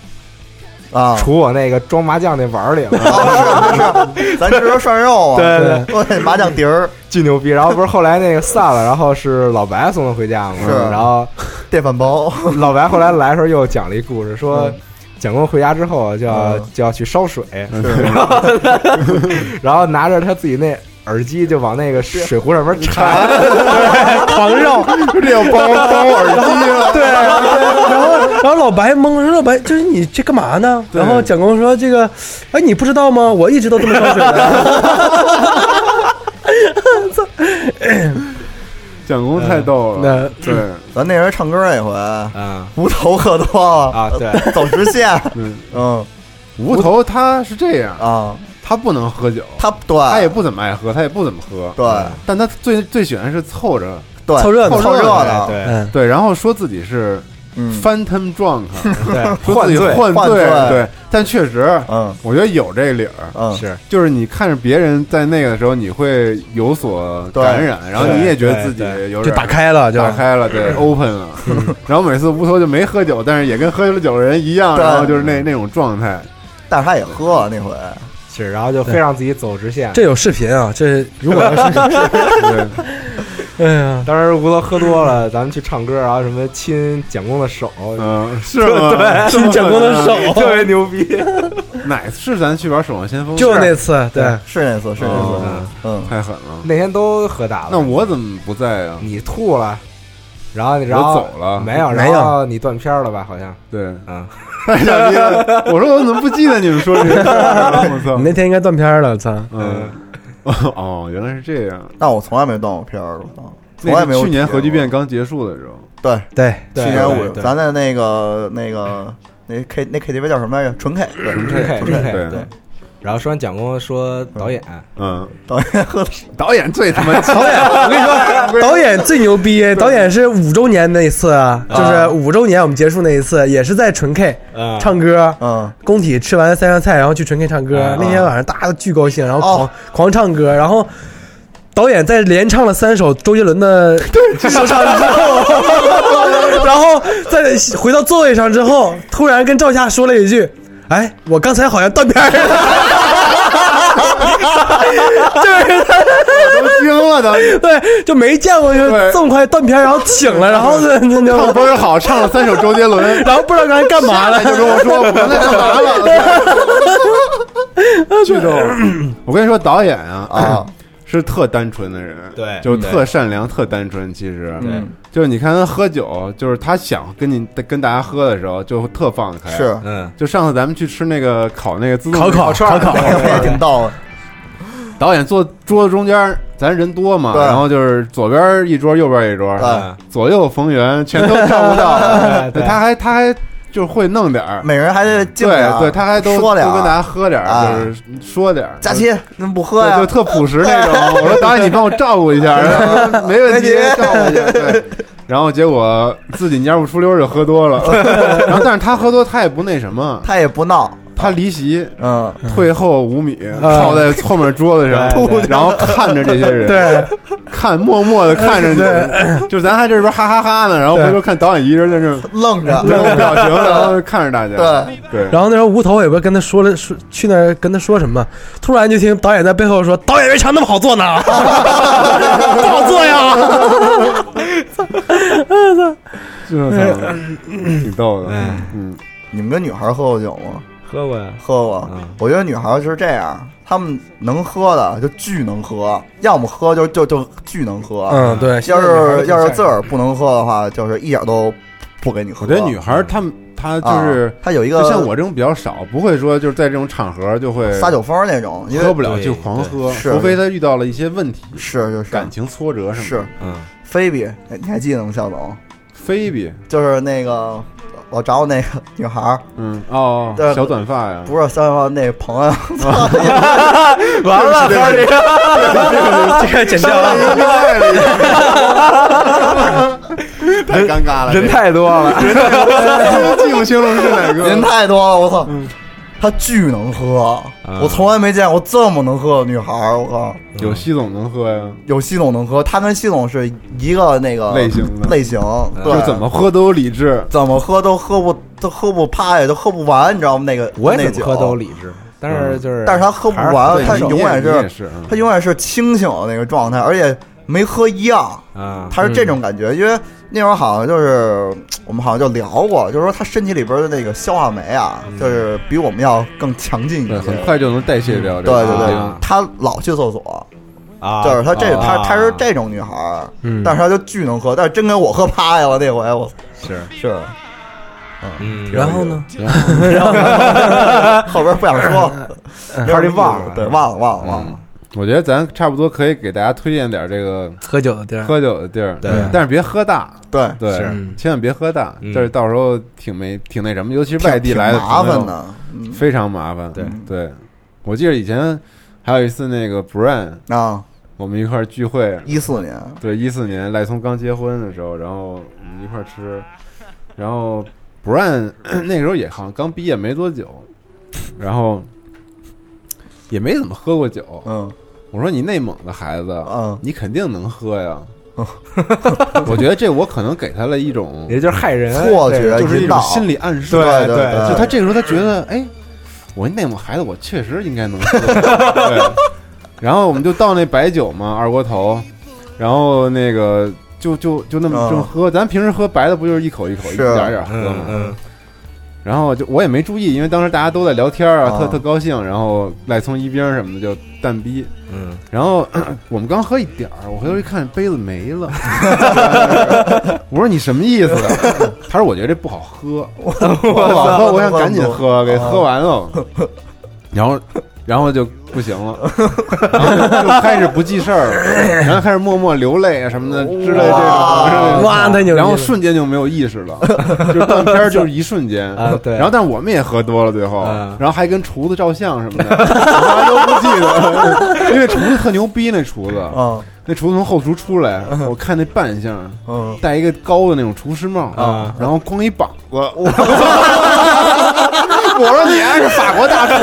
S1: 啊，
S7: 杵我那个装麻将那碗儿里了，
S1: <laughs> 咱这是涮肉啊，
S7: 对对
S1: 对，我那麻将碟儿
S7: 巨牛逼！然后不是后来那个散了，然后是老白送他回家嘛，
S1: 是
S7: 然后
S1: 电饭煲，
S7: 老白后来来的时候又讲了一故事，说蒋公回家之后就要、
S1: 嗯
S7: 就要去烧水，然后 <laughs> 然后拿着他自己那耳机就往那个水壶上面缠，狂绕，
S4: <laughs> 这要包包耳机了，
S8: 对，然后然后老白懵了，说老白就是你这干嘛呢？然后蒋公说这个，哎，你不知道吗？我一直都这么烧水的。
S4: <laughs> 蒋工太逗了，对，
S1: <laughs> 咱那人唱歌那回，
S7: 嗯，
S1: 无头喝多了
S7: 啊对
S1: 走直线，
S4: 嗯
S1: 嗯，
S4: 无头他是这样
S1: 啊，
S4: 他不能喝酒，
S1: 他对，
S4: 他也不怎么爱喝，他也不怎么喝，
S1: 对，
S4: 但他最最喜欢是凑着，
S1: 对
S4: 凑
S1: 凑热闹
S4: 凑
S1: 凑热
S4: 闹，
S7: 哎
S1: 闹对
S8: 嗯
S4: 对，然后说自己是。Phantom drunk，
S7: 对
S4: 说自
S1: 嗯换
S4: 己
S1: 醉
S4: 换
S1: 换醉
S4: 对，但确实，
S1: 嗯，
S4: 我觉得有这理儿，
S1: 嗯
S7: 是，
S4: 就是你看着别人在那个的时候，你会有所感染，
S8: 对
S4: 然后你也觉得自己
S8: 对对
S4: 有点
S8: 就打开了就
S4: 打开了，对，open 了。然后每次无头就没喝酒，但是也跟喝了酒的人一样，
S1: 对
S4: 然后就是那那种状态。
S1: 但是他也喝那回，
S7: 是，然后就非让自己走直线。
S8: 这有视频啊，这如果要是，哎呀，
S7: 当时吴头喝多了，咱们去唱歌，然后什么亲蒋公的手，
S4: 嗯，是吗？
S7: 对，
S4: 这么
S8: 蒋公的
S4: <laughs>
S8: 手
S7: 特别牛逼。
S4: 哪次咱去玩《守望先锋》？
S8: 就那次，对，
S1: 是那次，是那次，
S4: 哦
S1: 嗯，
S4: 太狠了。
S7: 那天都喝大了，
S4: 那我怎么不在啊？
S7: 你吐了，然后然后
S4: 我走了
S7: 没有，
S8: 没有
S7: 然后你断片儿了吧？好像
S4: 对，
S7: 啊，
S4: <laughs> 太傻逼了！我说我怎么不记得你们说这
S8: <laughs>
S4: 个事儿？我操
S8: 你！那天应该断片儿了，操！
S4: 嗯，哦，原来是这样。
S1: 但我从来没断过片儿，我操从
S4: 那
S1: 来
S4: 是
S1: 没有。
S4: 去年核聚变刚结束的时候，
S1: 对，
S8: 对，
S1: 去年
S7: 对
S1: 我
S7: 对
S1: 咱在那个那个那 K 那 KTV 叫什么来着？纯 K，对纯
S7: K，纯 <laughs> K，
S1: 对
S4: 对，
S7: 然后说完蒋工说导演，
S4: 嗯，
S1: 导演喝的是
S4: 导演最他妈
S8: 导演，我跟你说， <laughs> 导演最牛 <laughs> 逼，导演是五周年那一次啊，就是五周年我们结束那一次，也是在纯 K
S7: 嗯
S8: 唱歌，
S1: 嗯，
S8: 工体吃完三样菜，然后去纯 K 唱歌
S7: 啊，
S8: 那天晚上大家都巨高兴，然后狂
S1: 哦
S8: 狂唱歌，然后。导演在连唱了三首周杰伦的上上
S1: <laughs>
S8: 之后，然后在回到座位上之后，突然跟赵夏说了一句：“哎，我刚才好像断片儿
S1: <laughs>
S8: 了，就是他
S4: 都惊了都，
S8: 对，就没见过就是这么快断片儿，然后醒了，然后呢，那就
S4: 唱倍儿好，唱了三首周杰伦，
S8: <laughs> 然后不知道刚才干嘛了，
S4: 就跟我说我刚才干嘛 <laughs>
S8: <laughs>
S4: 了，巨逗。我跟你说，导演啊啊。是特单纯的人，
S7: 对
S4: 就是特善良、特单纯。其实，
S7: 对，
S1: 嗯
S4: 就是你看他喝酒，就是他想跟你跟大家喝的时候，就特放得开。
S1: 是
S7: 嗯，
S4: 就上次咱们去吃那个烤那个自助
S1: 烤烤
S4: <laughs> 串儿
S1: 烤烤
S4: 那个
S1: 挺逗的。
S4: 导演坐桌子中间，咱人多嘛，
S1: 对
S4: 然后就是左边一桌，右边一桌，
S1: 对
S4: 左右逢源，全都照顾
S7: <laughs>
S4: 到
S1: 对。
S7: 哎
S1: 哦对
S4: 他还他还就是会弄点儿，
S1: 每人还得敬点儿啊
S4: 对对，他还都
S1: 说点儿
S4: 都跟大家喝点
S1: 啊
S4: 儿，就是说点儿。
S1: 佳琪，那不喝呀？
S4: 对就特朴实那种。我说导演，你帮我照顾一下，然后没问题
S1: 没问，题
S4: 照顾一下。对，然后结果自己蔫不出溜儿就喝多了，然后但是他喝多他也不那什么，
S1: 他也不闹，
S4: 他离席，
S1: 嗯，
S4: 退后五米，靠在后面桌子上
S7: 对对，
S4: 然后看着这些人，
S8: 对，
S4: 看默默的看着你， <laughs> 就是咱还这边哈哈哈呢，然后回头看导演一个人在那儿
S1: 愣着，
S4: 没有表情，然后看着大家，
S1: 对
S4: 对，
S8: 然后那时候无头也不知道跟他说了说去那儿跟他说什么，突然就听导演在背后说：“导演围墙那么好做呢， <laughs> 不好做呀。
S4: 就挺逗的，嗯，
S1: <laughs> 你们跟女孩喝过酒吗？
S7: 喝过呀，嗯
S1: 喝过。我觉得女孩是这样，她们能喝的就巨能喝，要么喝就就就巨能喝。
S8: 嗯对
S1: 要
S8: 现在女
S1: 是
S8: 孩都
S1: 要是
S8: 这样
S1: 自个儿不能喝的话，就是一点都不给你喝。
S4: 我觉得女孩儿她们她就是、
S1: 啊她有一个
S4: 就像我这种比较少，不会说就是在这种场合就会
S1: 撒酒疯儿那种，因为
S4: 呃喝不了就狂喝，
S1: 是
S4: 除非她遇到了一些问题，
S1: 是是是
S4: 感情挫折什么
S1: 是
S4: 的。，
S7: 嗯，
S1: <laughs> 菲比，哎你还记得吗，肖总？
S4: 菲比，
S1: 就是那个我找我那个女孩儿，
S4: 嗯哦
S1: 对，
S4: 小短发呀，
S1: 不是三号那朋友， <laughs>
S7: 完了，哥你
S8: 这个剪掉了，
S4: 太尴尬了，
S7: 人太多了，
S1: <laughs>
S4: 这记不清了是哪个
S1: 人太多了，我操！她巨能喝，我从来没见过这么能喝的女孩儿，我靠！
S4: 有西总能喝呀，
S1: 有系统能喝，他跟系统是一个那个
S4: 类型的
S1: 类型，对，
S4: 就怎么喝都有理智。
S1: 怎么喝都喝不都喝不趴下，都喝不完，你知道吗？那个
S7: 我也
S1: 那
S7: 怎么喝都
S1: 酒
S7: 理智，但是就是，
S1: 哦但是他喝不完，
S4: 对
S1: 他
S4: 你
S1: 永
S4: 也
S1: 远
S4: 你
S1: 是
S4: 也是嗯
S1: 他永远是清醒的那个状态，而且没喝一样，
S7: 啊，
S1: 他是这种感觉。因为那会儿好像就是我们好像就聊过，就是说他身体里边的那个消化酶啊，就是比我们要更强劲一
S4: 对，
S1: 些。
S4: 很快就能代谢掉这
S1: 对
S4: 个。
S1: 对对
S7: 啊，
S1: 他老去厕所，
S7: 啊，
S1: 就是她这她
S7: 啊
S1: 她是这种女孩儿
S8: 嗯，
S1: 但是她就巨能喝，但是真给我喝趴下了那回，我
S7: 是，
S1: 是
S7: 嗯，
S8: 然后呢？
S1: 后边不想说，
S7: 差点忘了
S1: 对，忘了忘了忘了，
S4: 我觉得咱差不多可以给大家推荐点这个
S8: 喝酒的地儿，
S4: 喝酒的地儿，
S7: 对
S4: 但是别喝大，
S1: 对，
S4: 对，
S7: 是
S4: 千万别喝大，
S7: 嗯
S4: 这到时候挺没挺那什么，尤其是
S1: 挺
S4: 外地来的
S1: 挺麻
S4: 朋友
S1: 烦，的，嗯
S4: 非常麻烦。
S7: 对
S4: 对，我记得以前还有一次那个 Brian，
S1: 啊，
S4: 我们一块儿聚会，
S1: 一四年，
S4: 对，一四年赖聪刚结婚的时候，然后我们一块儿吃，然后 Brian <clears throat> 那时候也好像刚毕业没多久，然后也没怎么喝过酒，
S1: 嗯
S4: 我说你内蒙的孩子，
S1: 嗯
S4: 你肯定能喝呀。我觉得这我可能给他了一种，
S7: 也就是害人，
S1: 错觉
S7: 对
S4: 就是一
S1: 哎引
S4: 种
S1: 导
S4: 心理暗示。
S1: 对
S7: 对
S1: 对，
S4: 就他这个时候他觉得，哎，我内蒙孩子，我确实应
S1: <laughs>
S4: 该能喝。对。然后我们就倒那白酒嘛，二锅头，然后那个就就就那么
S1: 嗯
S4: 这么喝。咱平时喝白的不就是一口一口一
S1: 是
S4: 点儿一点儿喝
S7: 嗯
S4: 吗？
S7: 嗯，
S4: 然后就我也没注意，因为当时大家都在聊天啊，
S1: 啊
S4: 特特高兴。然后赖葱一冰什么的就淡逼，
S7: 嗯，
S4: 然后 <clears throat> 我们刚喝一点儿，我回头一看杯子没了，我说你什么意思？啊他说我觉得这不好喝，我老喝，我想赶紧喝，给喝完了。然后，然后就不行了，然后就就开始不记事儿了，然后开始默默流泪啊什么的之类这种，
S8: 哇太牛逼了
S4: 嗯然后瞬间就没有意识了， <laughs> 就是断片儿就是一瞬间
S7: 啊对
S4: 然后，但是我们也喝多了，最后
S7: 啊，
S4: 然后还跟厨子照相什么的，我还都不记得，因 <laughs> 为厨子特牛逼，那厨子，
S1: 嗯
S4: 那厨子从后厨出来，我看那扮相，
S1: 嗯，
S4: 戴一个高的那种厨师帽
S7: 啊
S4: 然后光一膀子， <laughs> 我我说你还是法国大厨，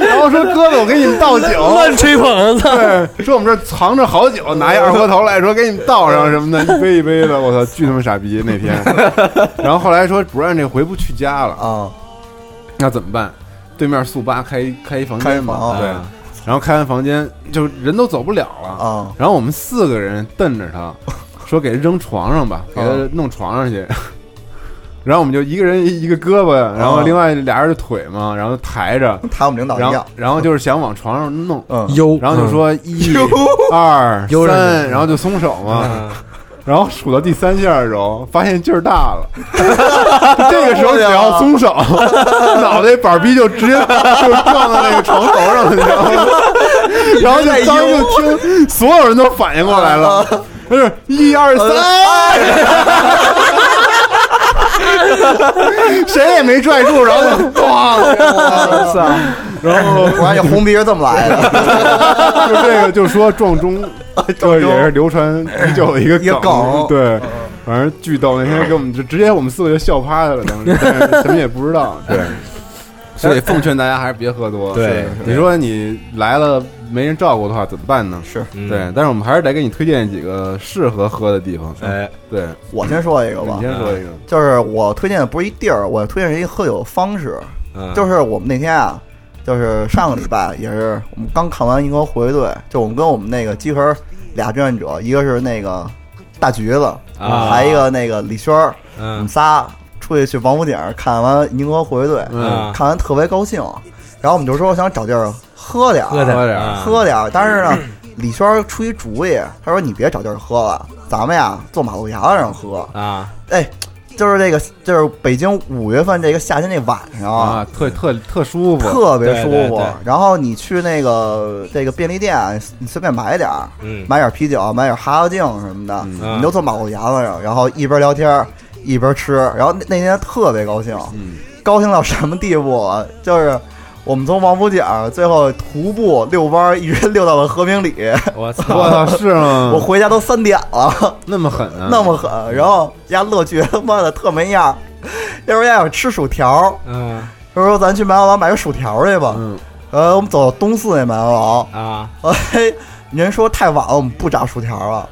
S4: <laughs> 然后说哥哥，我给你们倒酒，
S8: 乱吹捧，
S4: 对， <laughs> 说我们这儿藏着好酒，拿一二锅头来说给你们倒上什么的，一杯一杯的，我操，巨他妈傻逼那天。然后后来说主任这回不去家了
S1: 啊，
S4: 那怎么办？对面速八开一开一房
S1: 开
S4: 间嘛
S1: 房，
S4: 对
S1: 啊，
S4: 然后开完房间就人都走不了了
S1: 啊，
S4: 然后我们四个人瞪着他，说给他扔床上吧，给他
S1: 哦
S4: 弄床上去。 <laughs> 然后我们就一个人一个胳膊，然
S1: 哦
S4: 后另外俩人的腿嘛，然后抬着，
S1: 抬我们领导一
S4: 然
S1: 样
S4: 后然后就是想往床上弄，
S1: 哦 <laughs>
S8: 悠
S4: 然后就说
S8: <laughs> 嗯
S4: 一
S8: 悠、
S4: 二、
S8: 悠着嗯
S4: 三，
S8: 呢
S4: 然后就松手嘛。 <laughs> 然后数到第三下的时候，发现劲儿大
S8: <laughs>
S4: 了。这个时候只要松手，脑袋板儿逼就直接就撞到那个床头上了，你知道吗？然
S8: 哎
S4: 后就当时就听所有人都反应过来
S8: <laughs>
S4: 了，就是一二三，谁也没拽住，然后就 <laughs> 咣，然后
S1: 我感觉红鼻是这么来的，
S4: <laughs> 就这个就说 <laughs> 撞钟，这也是流传已久的一个嗯
S1: 一个梗
S4: 对，反正巨逗。那天给我们就直接我们四个就笑趴下了，当时但是什么也不知道，对。 <laughs> 所以奉劝大家还是别喝多。
S7: 对
S4: 是
S7: 对
S4: 你说你来了没人照顾的话怎么办呢？
S1: 是
S4: 对，
S7: 嗯
S4: 但是我们还是得给你推荐几个适合喝的地方。哎，啊对，
S1: 我先说一个吧，
S4: 你先说一个。
S1: 就是我推荐的不是一地儿，我推荐是一个喝酒方式。
S4: 嗯
S1: 就是我们那天啊，就是上个礼拜也是我们刚看完《银河护卫队》，就我们跟我们那个集合俩志愿者，一个是那个大橘子，
S7: 啊
S1: 还有一个那个李轩儿，
S7: 嗯
S1: 我们仨出去去王府井看完《银河护卫队》，
S7: 嗯
S1: 看完特别高兴，然后我们就说想找地儿喝点儿，
S7: 喝点儿嗯喝点儿
S1: 喝点儿。但是呢，李轩儿出一主意，他说你别找地儿喝了，咱们呀坐马路牙子上喝。
S7: 啊，
S1: <laughs> 哎，就是这个，就是北京五月份这个夏天这晚上
S4: 啊，特特特舒服，
S1: 特别舒服。
S4: 对对对
S1: 然后你去那个这个便利店，啊你随便买点儿，
S7: 嗯
S1: 买点啤酒，买点哈腰镜什么的，
S4: 嗯
S1: 你都坐马路牙子上，然后一边聊天一边吃。然后那那天特别高兴，
S4: 嗯
S1: 高兴到什么地步啊？就是。我们从王府井最后徒步遛弯儿，一直溜到了和平里。
S7: 我
S4: 操 <laughs> 我操是吗
S1: 我回家都三点了，
S4: 那么狠
S1: <laughs>
S4: 啊！
S1: 那么狠，然后家乐趣他妈的特没样儿，要不然想吃薯条，
S7: 嗯，
S1: 他说咱去麦当劳买个薯条去吧，
S4: 嗯，
S1: 呃，我们走东四那麦当劳，
S7: 啊，
S1: 哎，人说太晚了，我们不炸薯条了，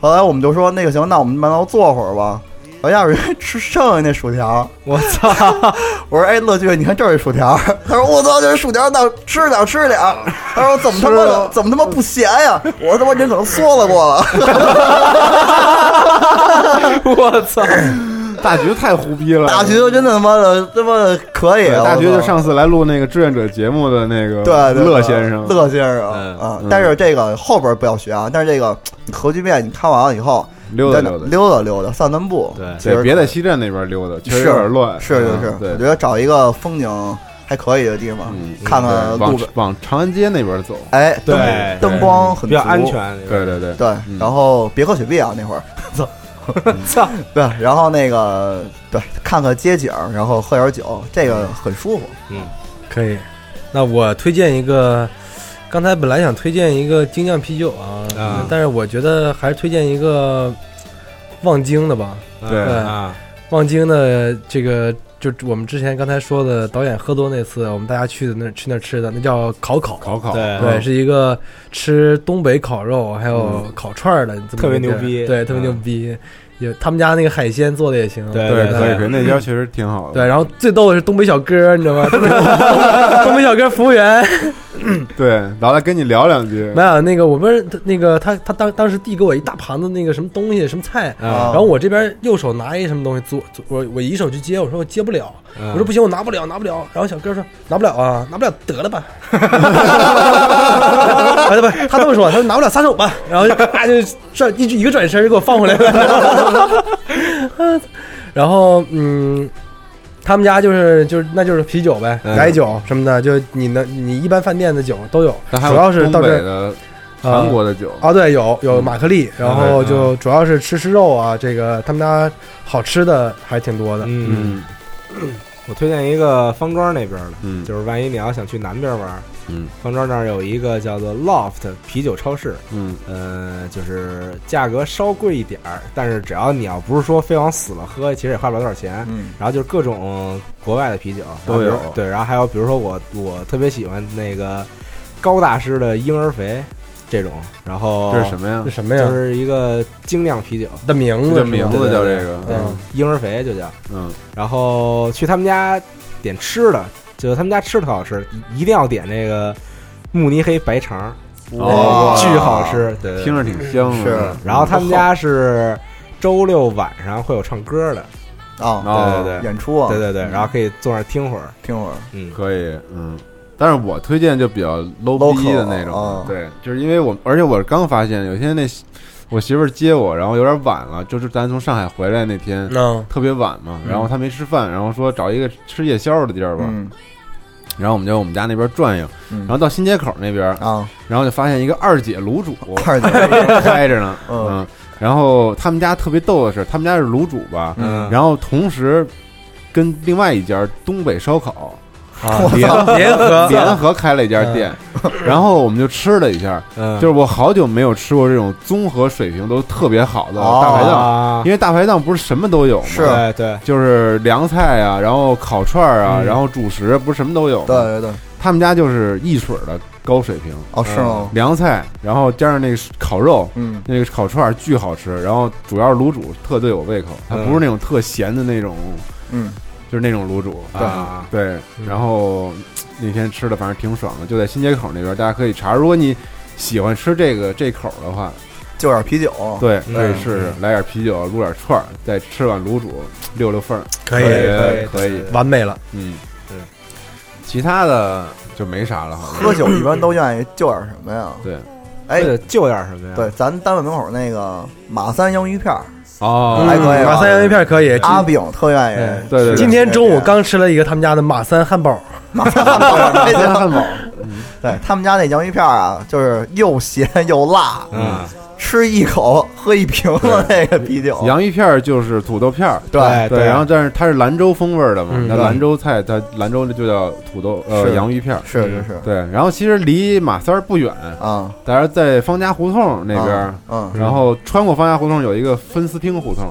S1: 后来我们就说那个行，那我们麦当劳坐会儿吧。然后要人吃剩下那薯条，
S7: 我操！
S1: <laughs> 我说哎，乐趣，你看这是薯条。 <laughs> 他说我操，这薯条那吃点吃点。 <laughs> 他说怎么他妈的怎么他妈不咸呀？ <laughs> 我说他妈人可能缩了过了。
S7: 我操！
S4: 大橘太胡逼了，
S1: 大橘子真的他妈的他妈的可 <laughs> 以，
S4: 对大
S1: 哎我
S4: 学就
S1: 操
S4: 上次来录那个志愿者节目的那个
S1: 对对
S4: 乐
S1: 对
S4: 先生，
S1: 乐先生啊，但是这个后边不要学啊，但是这个你核聚变你看完了以后，
S4: 溜达
S1: 你再
S4: 溜达
S1: 溜达溜达，散散步，对其
S4: 对，
S1: 实
S4: 别在西站那边溜达，确实
S1: 是
S4: 有点乱，
S1: 是是
S4: 嗯
S1: 是，
S4: 对嗯
S1: 我觉得找一个风景还可以的地方，看看
S4: 对往
S1: 路边，
S4: 往长安街那边走，
S1: 哎，灯灯光很足
S4: 对对对
S1: 对，然后别喝雪碧啊，那会
S4: <laughs>
S1: 儿，操，
S4: 嗯
S1: 操， <laughs> 对，然后那个对，看看街景，然后喝点酒，这个很舒服，
S7: 嗯，
S8: 可以。那我推荐一个，刚才本来想推荐一个精酿啤酒啊，
S7: 啊
S8: 但是我觉得还是推荐一个望京的吧。
S7: 对啊
S8: 望京的这个就我们之前刚才说的导演喝多那次，我们大家去的那去那儿吃的，那叫烤烤
S4: 烤烤
S8: 对，
S7: 嗯
S8: 是一个吃东北烤肉还有
S7: 嗯
S8: 烤串儿的，这么
S7: 特别
S8: 一个地
S7: 牛
S8: 儿
S7: 逼
S8: 对，特别
S7: 嗯
S8: 牛逼。有他们家那个海鲜做的也行，
S7: 对
S4: 对
S8: 对
S4: 可以可以，那家确实挺好的，
S8: 对，然后最逗的是东北小哥，你知
S7: <laughs>
S8: 道吗？东北东北小哥服务员，
S4: 对，老来跟你聊两句，
S8: 没有那个我们是那个他他当当时递给我一大盘子那个什么东西什么菜，
S7: 啊
S8: 然后我这边右手拿一什么东西，左左我我一手去接，我说我接不了，
S7: 嗯
S8: 我说不行，我拿不了拿不了。然后小哥说拿不了啊，拿不了
S4: <laughs>
S8: 得了吧。啊对不是，他这么说，他说拿不了撒手吧，然后就啪就转一一个转身就给我放回来了。 <laughs> 然后嗯，他们家就是就是那就是啤酒呗，
S4: 嗯
S8: 白酒什么的，就你能你一般饭店的酒都有，
S4: 但还
S8: 主
S4: 有
S8: 要是
S4: 东
S8: 到
S4: 北
S8: 这
S4: 的
S8: 呃
S4: 韩国的酒
S8: 啊，对，有有马克利，然后
S4: 嗯
S8: 就主要是吃吃肉啊，这个他们家好吃的还挺多的，
S7: 嗯嗯，我推荐一个方庄那边的，
S4: 嗯
S7: 就是万一你要想去南边玩，嗯，方庄那儿有一个叫做 Loft 啤酒超市，
S4: 嗯，
S7: 呃，就是价格稍贵一点儿，但是只要你要不是说非往死了喝，其实也花不了多少钱。
S1: 嗯，
S7: 然后就是各种国外的啤酒
S4: 都有
S7: 然后比如对，然后还有比如说我我特别喜欢那个高大师的婴儿肥这种，然
S8: 哦
S7: 后
S4: 这是什么呀这
S8: 什么呀
S7: 就是一个精酿啤酒
S8: 的名字这名字叫
S4: 这个
S7: 对
S4: 嗯
S7: 婴儿肥就叫
S4: 嗯，
S7: 然后去他们家点吃的，就是他们家吃的特好吃，一一定要点那个慕尼黑白肠，
S4: 哦
S1: 啊
S4: 哇
S7: 巨好吃，对，对
S4: 听着挺香啊是
S7: 然后他们家是周六晚上会有唱歌的。
S1: 哦
S7: 对对对，
S1: 演出啊
S7: 对对对，
S1: 嗯
S7: 然后可以坐那儿听会儿，
S1: 听会儿，
S7: 嗯，
S4: 可以，嗯。但是我推荐就比较 low 逼的那
S1: Local，哦
S4: 种，对，就是因为我，而且我是刚发现，有一天那我媳妇儿接我，然后有点晚了，就是咱从上海回来那天
S8: 嗯，
S4: 特别晚嘛，
S8: 嗯
S4: 然后她没吃饭，然后说找一个吃夜宵的地儿吧，然后我们就在我们家那边转悠，
S1: 嗯
S4: 然后到新街口那边
S1: 啊，
S4: 然后就发现一个二姐
S1: <laughs>
S4: 卤煮，
S1: 二姐
S4: 开着呢，
S1: <laughs> 嗯
S4: 嗯，然后他们家特别逗的是，他们家是卤煮吧，
S1: 嗯
S4: 然后同时跟另外一家东北烧烤。
S7: 啊
S4: 联
S7: 我操联合
S4: 联合开了一家店， <laughs> 然后我们就吃了一下，
S7: 嗯
S4: 就是我好久没有吃过这种综合水平都特别好的
S7: 哦
S4: 大排档，因为大排档不是什么都有嘛，
S7: 是对对，
S4: 就是凉菜啊，然后烤串儿啊，
S7: 嗯
S4: 然后主食不是什么都有吗，
S1: 对对对，
S4: 他们家就是一水儿的高水平
S1: 哦是吗
S4: 嗯凉菜，然后加上那个烤肉，
S1: 嗯，
S4: 那个烤串儿巨好吃，然后主要是卤煮特对我胃口，它
S7: 嗯
S4: 不是那种特咸的那种，
S1: 嗯，
S4: 就是那种卤煮
S7: 对
S4: 啊对，然后嗯那天吃的反正挺爽的，就在新街口那边，大家可以查，如果你喜欢吃这个这口儿的话，
S1: 就点啤酒，
S4: 对，
S1: 嗯
S4: 可以试试，来点啤酒，撸点串儿，再吃碗卤煮，溜溜缝儿，
S8: <laughs> 可以
S4: 以，
S8: 可
S4: 可
S8: 以完美了，
S4: 嗯，
S7: 对，
S4: 其他的就没啥了，好像
S1: 喝酒一般都愿意就点什么呀？
S4: 对，
S1: 哎，
S7: 就点什么呀？
S1: 对，咱单位门口那个马三洋芋片儿
S4: 哦
S1: 还可以啊吧，
S8: 嗯马三洋芋片可以，
S1: 阿炳特愿
S8: 哎
S1: 意，
S8: 今天中午刚吃了一个他们家的马三汉堡，
S1: 马三汉堡，对对他们家那洋芋片儿啊，就是又咸又辣，
S4: 嗯，
S1: 吃一口喝一瓶的那个啤酒，
S4: 洋芋片儿就是土豆片儿，
S1: 哦对
S4: 对，
S1: 对
S4: 然后但是它是兰州风味儿的嘛
S1: 嗯，
S4: 那
S1: 对
S4: 兰州菜它兰州就叫土豆呃
S1: 是
S4: 洋芋片儿，
S1: 是是是
S4: 对，然后其实离马三儿不远
S1: 啊，
S4: 但是在方家胡同那边儿
S1: 啊，嗯
S4: 然后穿过方家胡同有一个分司厅胡同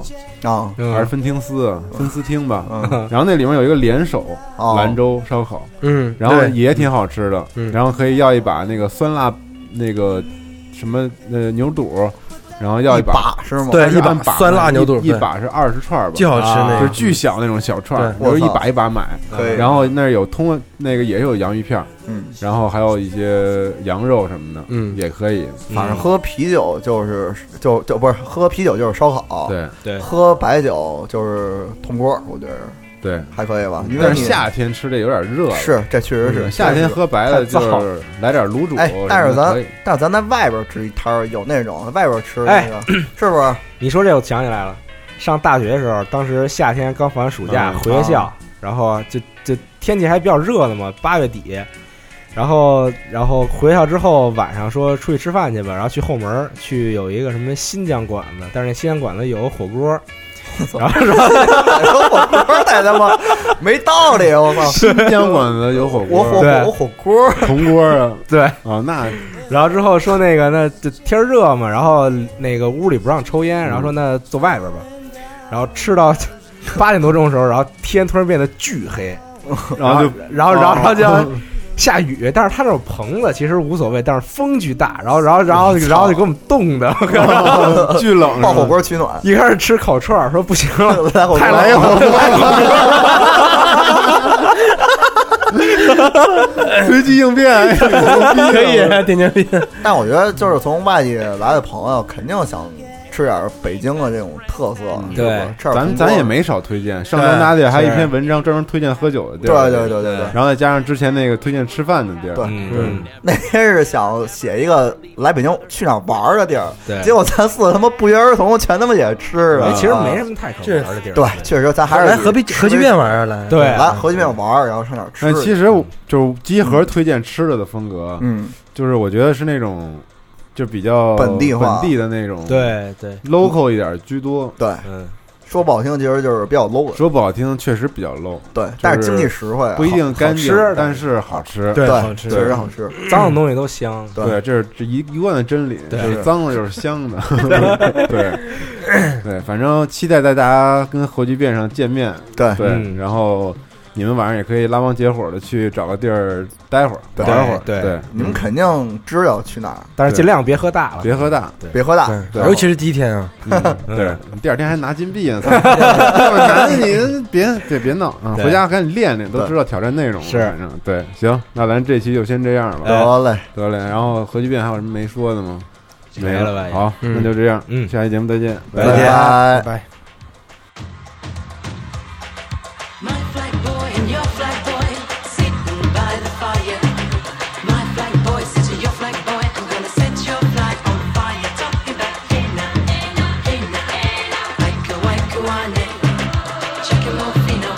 S1: 啊
S4: 还是
S7: 嗯
S4: 分厅司啊分司厅吧
S1: 嗯，
S4: <laughs> 然后那里面有一个联手
S1: 哦嗯
S4: 兰州烧烤，
S8: 嗯
S4: 然后
S8: 对
S4: 也挺好吃的，然后可以要一把那个酸辣那个什么呃牛肚。然后要
S8: 一
S4: 把
S8: 把是吗对
S4: 还是
S8: 一把
S4: 按把
S8: 酸辣
S4: 的
S8: 牛肚
S4: 一一
S8: 对
S4: 把是二十串儿吧，啊
S8: 巨好吃那个
S4: 就是巨小那种小串儿，
S8: 对
S4: 我是
S8: 我
S4: 一
S8: 操
S4: 把一把买
S8: 可以。
S4: 然后那儿有通那个也有洋芋片，
S1: 嗯，
S4: 然后还有一些羊肉什么的，嗯，也可以。
S1: 反正喝啤酒就是就就不是喝啤酒就是烧烤，
S4: 对对
S1: 喝白酒就是铜锅，我觉得
S4: 对
S1: 还可以吧，因为
S4: 但
S1: 你
S4: 是夏天吃这有点热了，
S1: 是这确实是
S4: 嗯夏天喝白的就
S1: 太燥
S4: 是来点卤煮
S1: 哎
S4: 什么，的
S1: 但是
S4: 可以
S1: 咱但是咱在外边吃一摊儿有那种外边吃那
S7: 哎
S1: 个， <clears throat> 是不
S4: <laughs>
S1: 是？
S7: 你说这我想起来了，上大学的时候，当时夏天刚放完暑假、
S1: 嗯
S7: 回学校，
S1: 啊
S7: 然后就就天气还比较热呢嘛，八月底，然后然后回学校之后晚上说出去吃饭去吧，然后去后门儿去有一个什么新疆馆子，但是那新疆馆子有火锅。然后说，
S1: 哎火锅太他妈没道理，我操！
S4: 新疆馆子有火
S1: 我
S7: 锅
S1: 火
S7: 对
S1: 我火锅，
S4: 铜锅啊，
S7: 对
S4: 啊，那
S7: 然后之后说那个那这天儿热嘛，然后那个屋里不让抽烟，然后说那坐外边吧，然后吃到 <laughs> 八点多钟的时候，然后天突然变得巨黑，
S4: 然后就
S7: 啊然后然后然后就要
S4: 哦
S7: 下雨，但是他那种棚子其实无所谓，但是风巨大，然后然后然后然后就给我们冻的，
S4: <laughs> 巨
S1: <laughs>
S4: 冷是吧
S1: 爆火锅取
S4: <laughs>
S1: 暖，
S7: 一开始吃烤串儿说不行了，
S1: 来火锅
S7: 太冷了，来火锅
S4: 随机
S1: <laughs>
S4: 应变
S8: 可以点牛逼。
S1: 但我觉得就是从外地来的朋友，肯定想吃点儿北京的这种特色，
S4: 嗯
S1: 是吧吃点儿
S4: 咱
S1: 铜锅
S4: 咱也没少推荐。上周
S1: 对
S4: 大姐还有一篇
S1: 是
S4: 文章专门推荐喝酒的地
S1: 对
S4: 儿，
S1: 对对对对
S4: 然后再加上之前那个推荐吃饭的地儿，
S1: 对，
S4: 嗯，
S1: <laughs> 那天是想写一个来北京去哪儿玩儿的地儿，
S4: 对
S1: 结果咱四个他妈不约而同全他妈也吃了，
S7: 哎
S1: 啊
S7: 其实
S4: 啊
S7: 没什么太可玩的地儿，
S1: 对，确实咱还是
S8: 来河北核聚变玩儿啊来
S7: 对
S1: 来核聚变玩儿，然后上哪儿吃
S4: 但
S1: 去？
S4: 哎其实我就是集合推荐吃的的风格，
S1: 嗯，
S4: 就是我觉得是那种就比较
S1: 本地化
S4: 本地的那种，
S7: 对对
S4: ，local 一点居多，
S1: 对，
S7: 嗯，
S1: 说不好听，其实就是比较 low 的。
S4: 说不好听，确实比较 low。
S1: 对
S4: 就
S1: 但是经济实惠啊
S4: 不一定干净
S1: 好吃，
S4: 但是好吃，
S1: 对对好吃确实好吃
S7: 嗯
S1: 脏的东西都香对
S4: 对，这是这一一贯的真理，
S1: 对。
S4: 就是脏的就是香的
S1: <laughs>
S4: <laughs> 对对，反正期待在大家跟核聚变上见面。
S1: 对
S4: 对，
S1: 嗯
S4: 然后你们晚上也可以拉帮结伙的去找个地儿待会儿，
S1: 对
S4: 玩会儿。
S1: 对
S4: 对，
S1: 你们肯定知道去哪儿，
S4: 但是尽量
S7: 别喝大
S4: 了别喝大对
S1: 别喝大，
S4: 对
S8: 嗯尤其是第一天啊，
S4: 嗯对，你第二天还拿
S1: <laughs>
S4: 金币呢，啊操男的你别对别闹啊，
S1: 对
S4: 回家赶紧练练，都
S1: 对
S4: 知道挑战内容了。
S1: 是哎
S4: 反正对，行，那咱这期就先这样吧。啊
S1: 得嘞，
S4: 得嘞。然后核聚变还有什么没说的吗？没
S7: 没了吧也
S4: 好，
S7: 嗯
S4: 那就这样。嗯，下期节目再见，
S7: 再
S1: 见拜
S4: 拜。
S10: flag boy and your flag boy sitting by the fire. My flag boy said to your flag boy, I'm gonna set your flag on fire. Talking about henna, henna, henna, waika waika wane, chakimofino.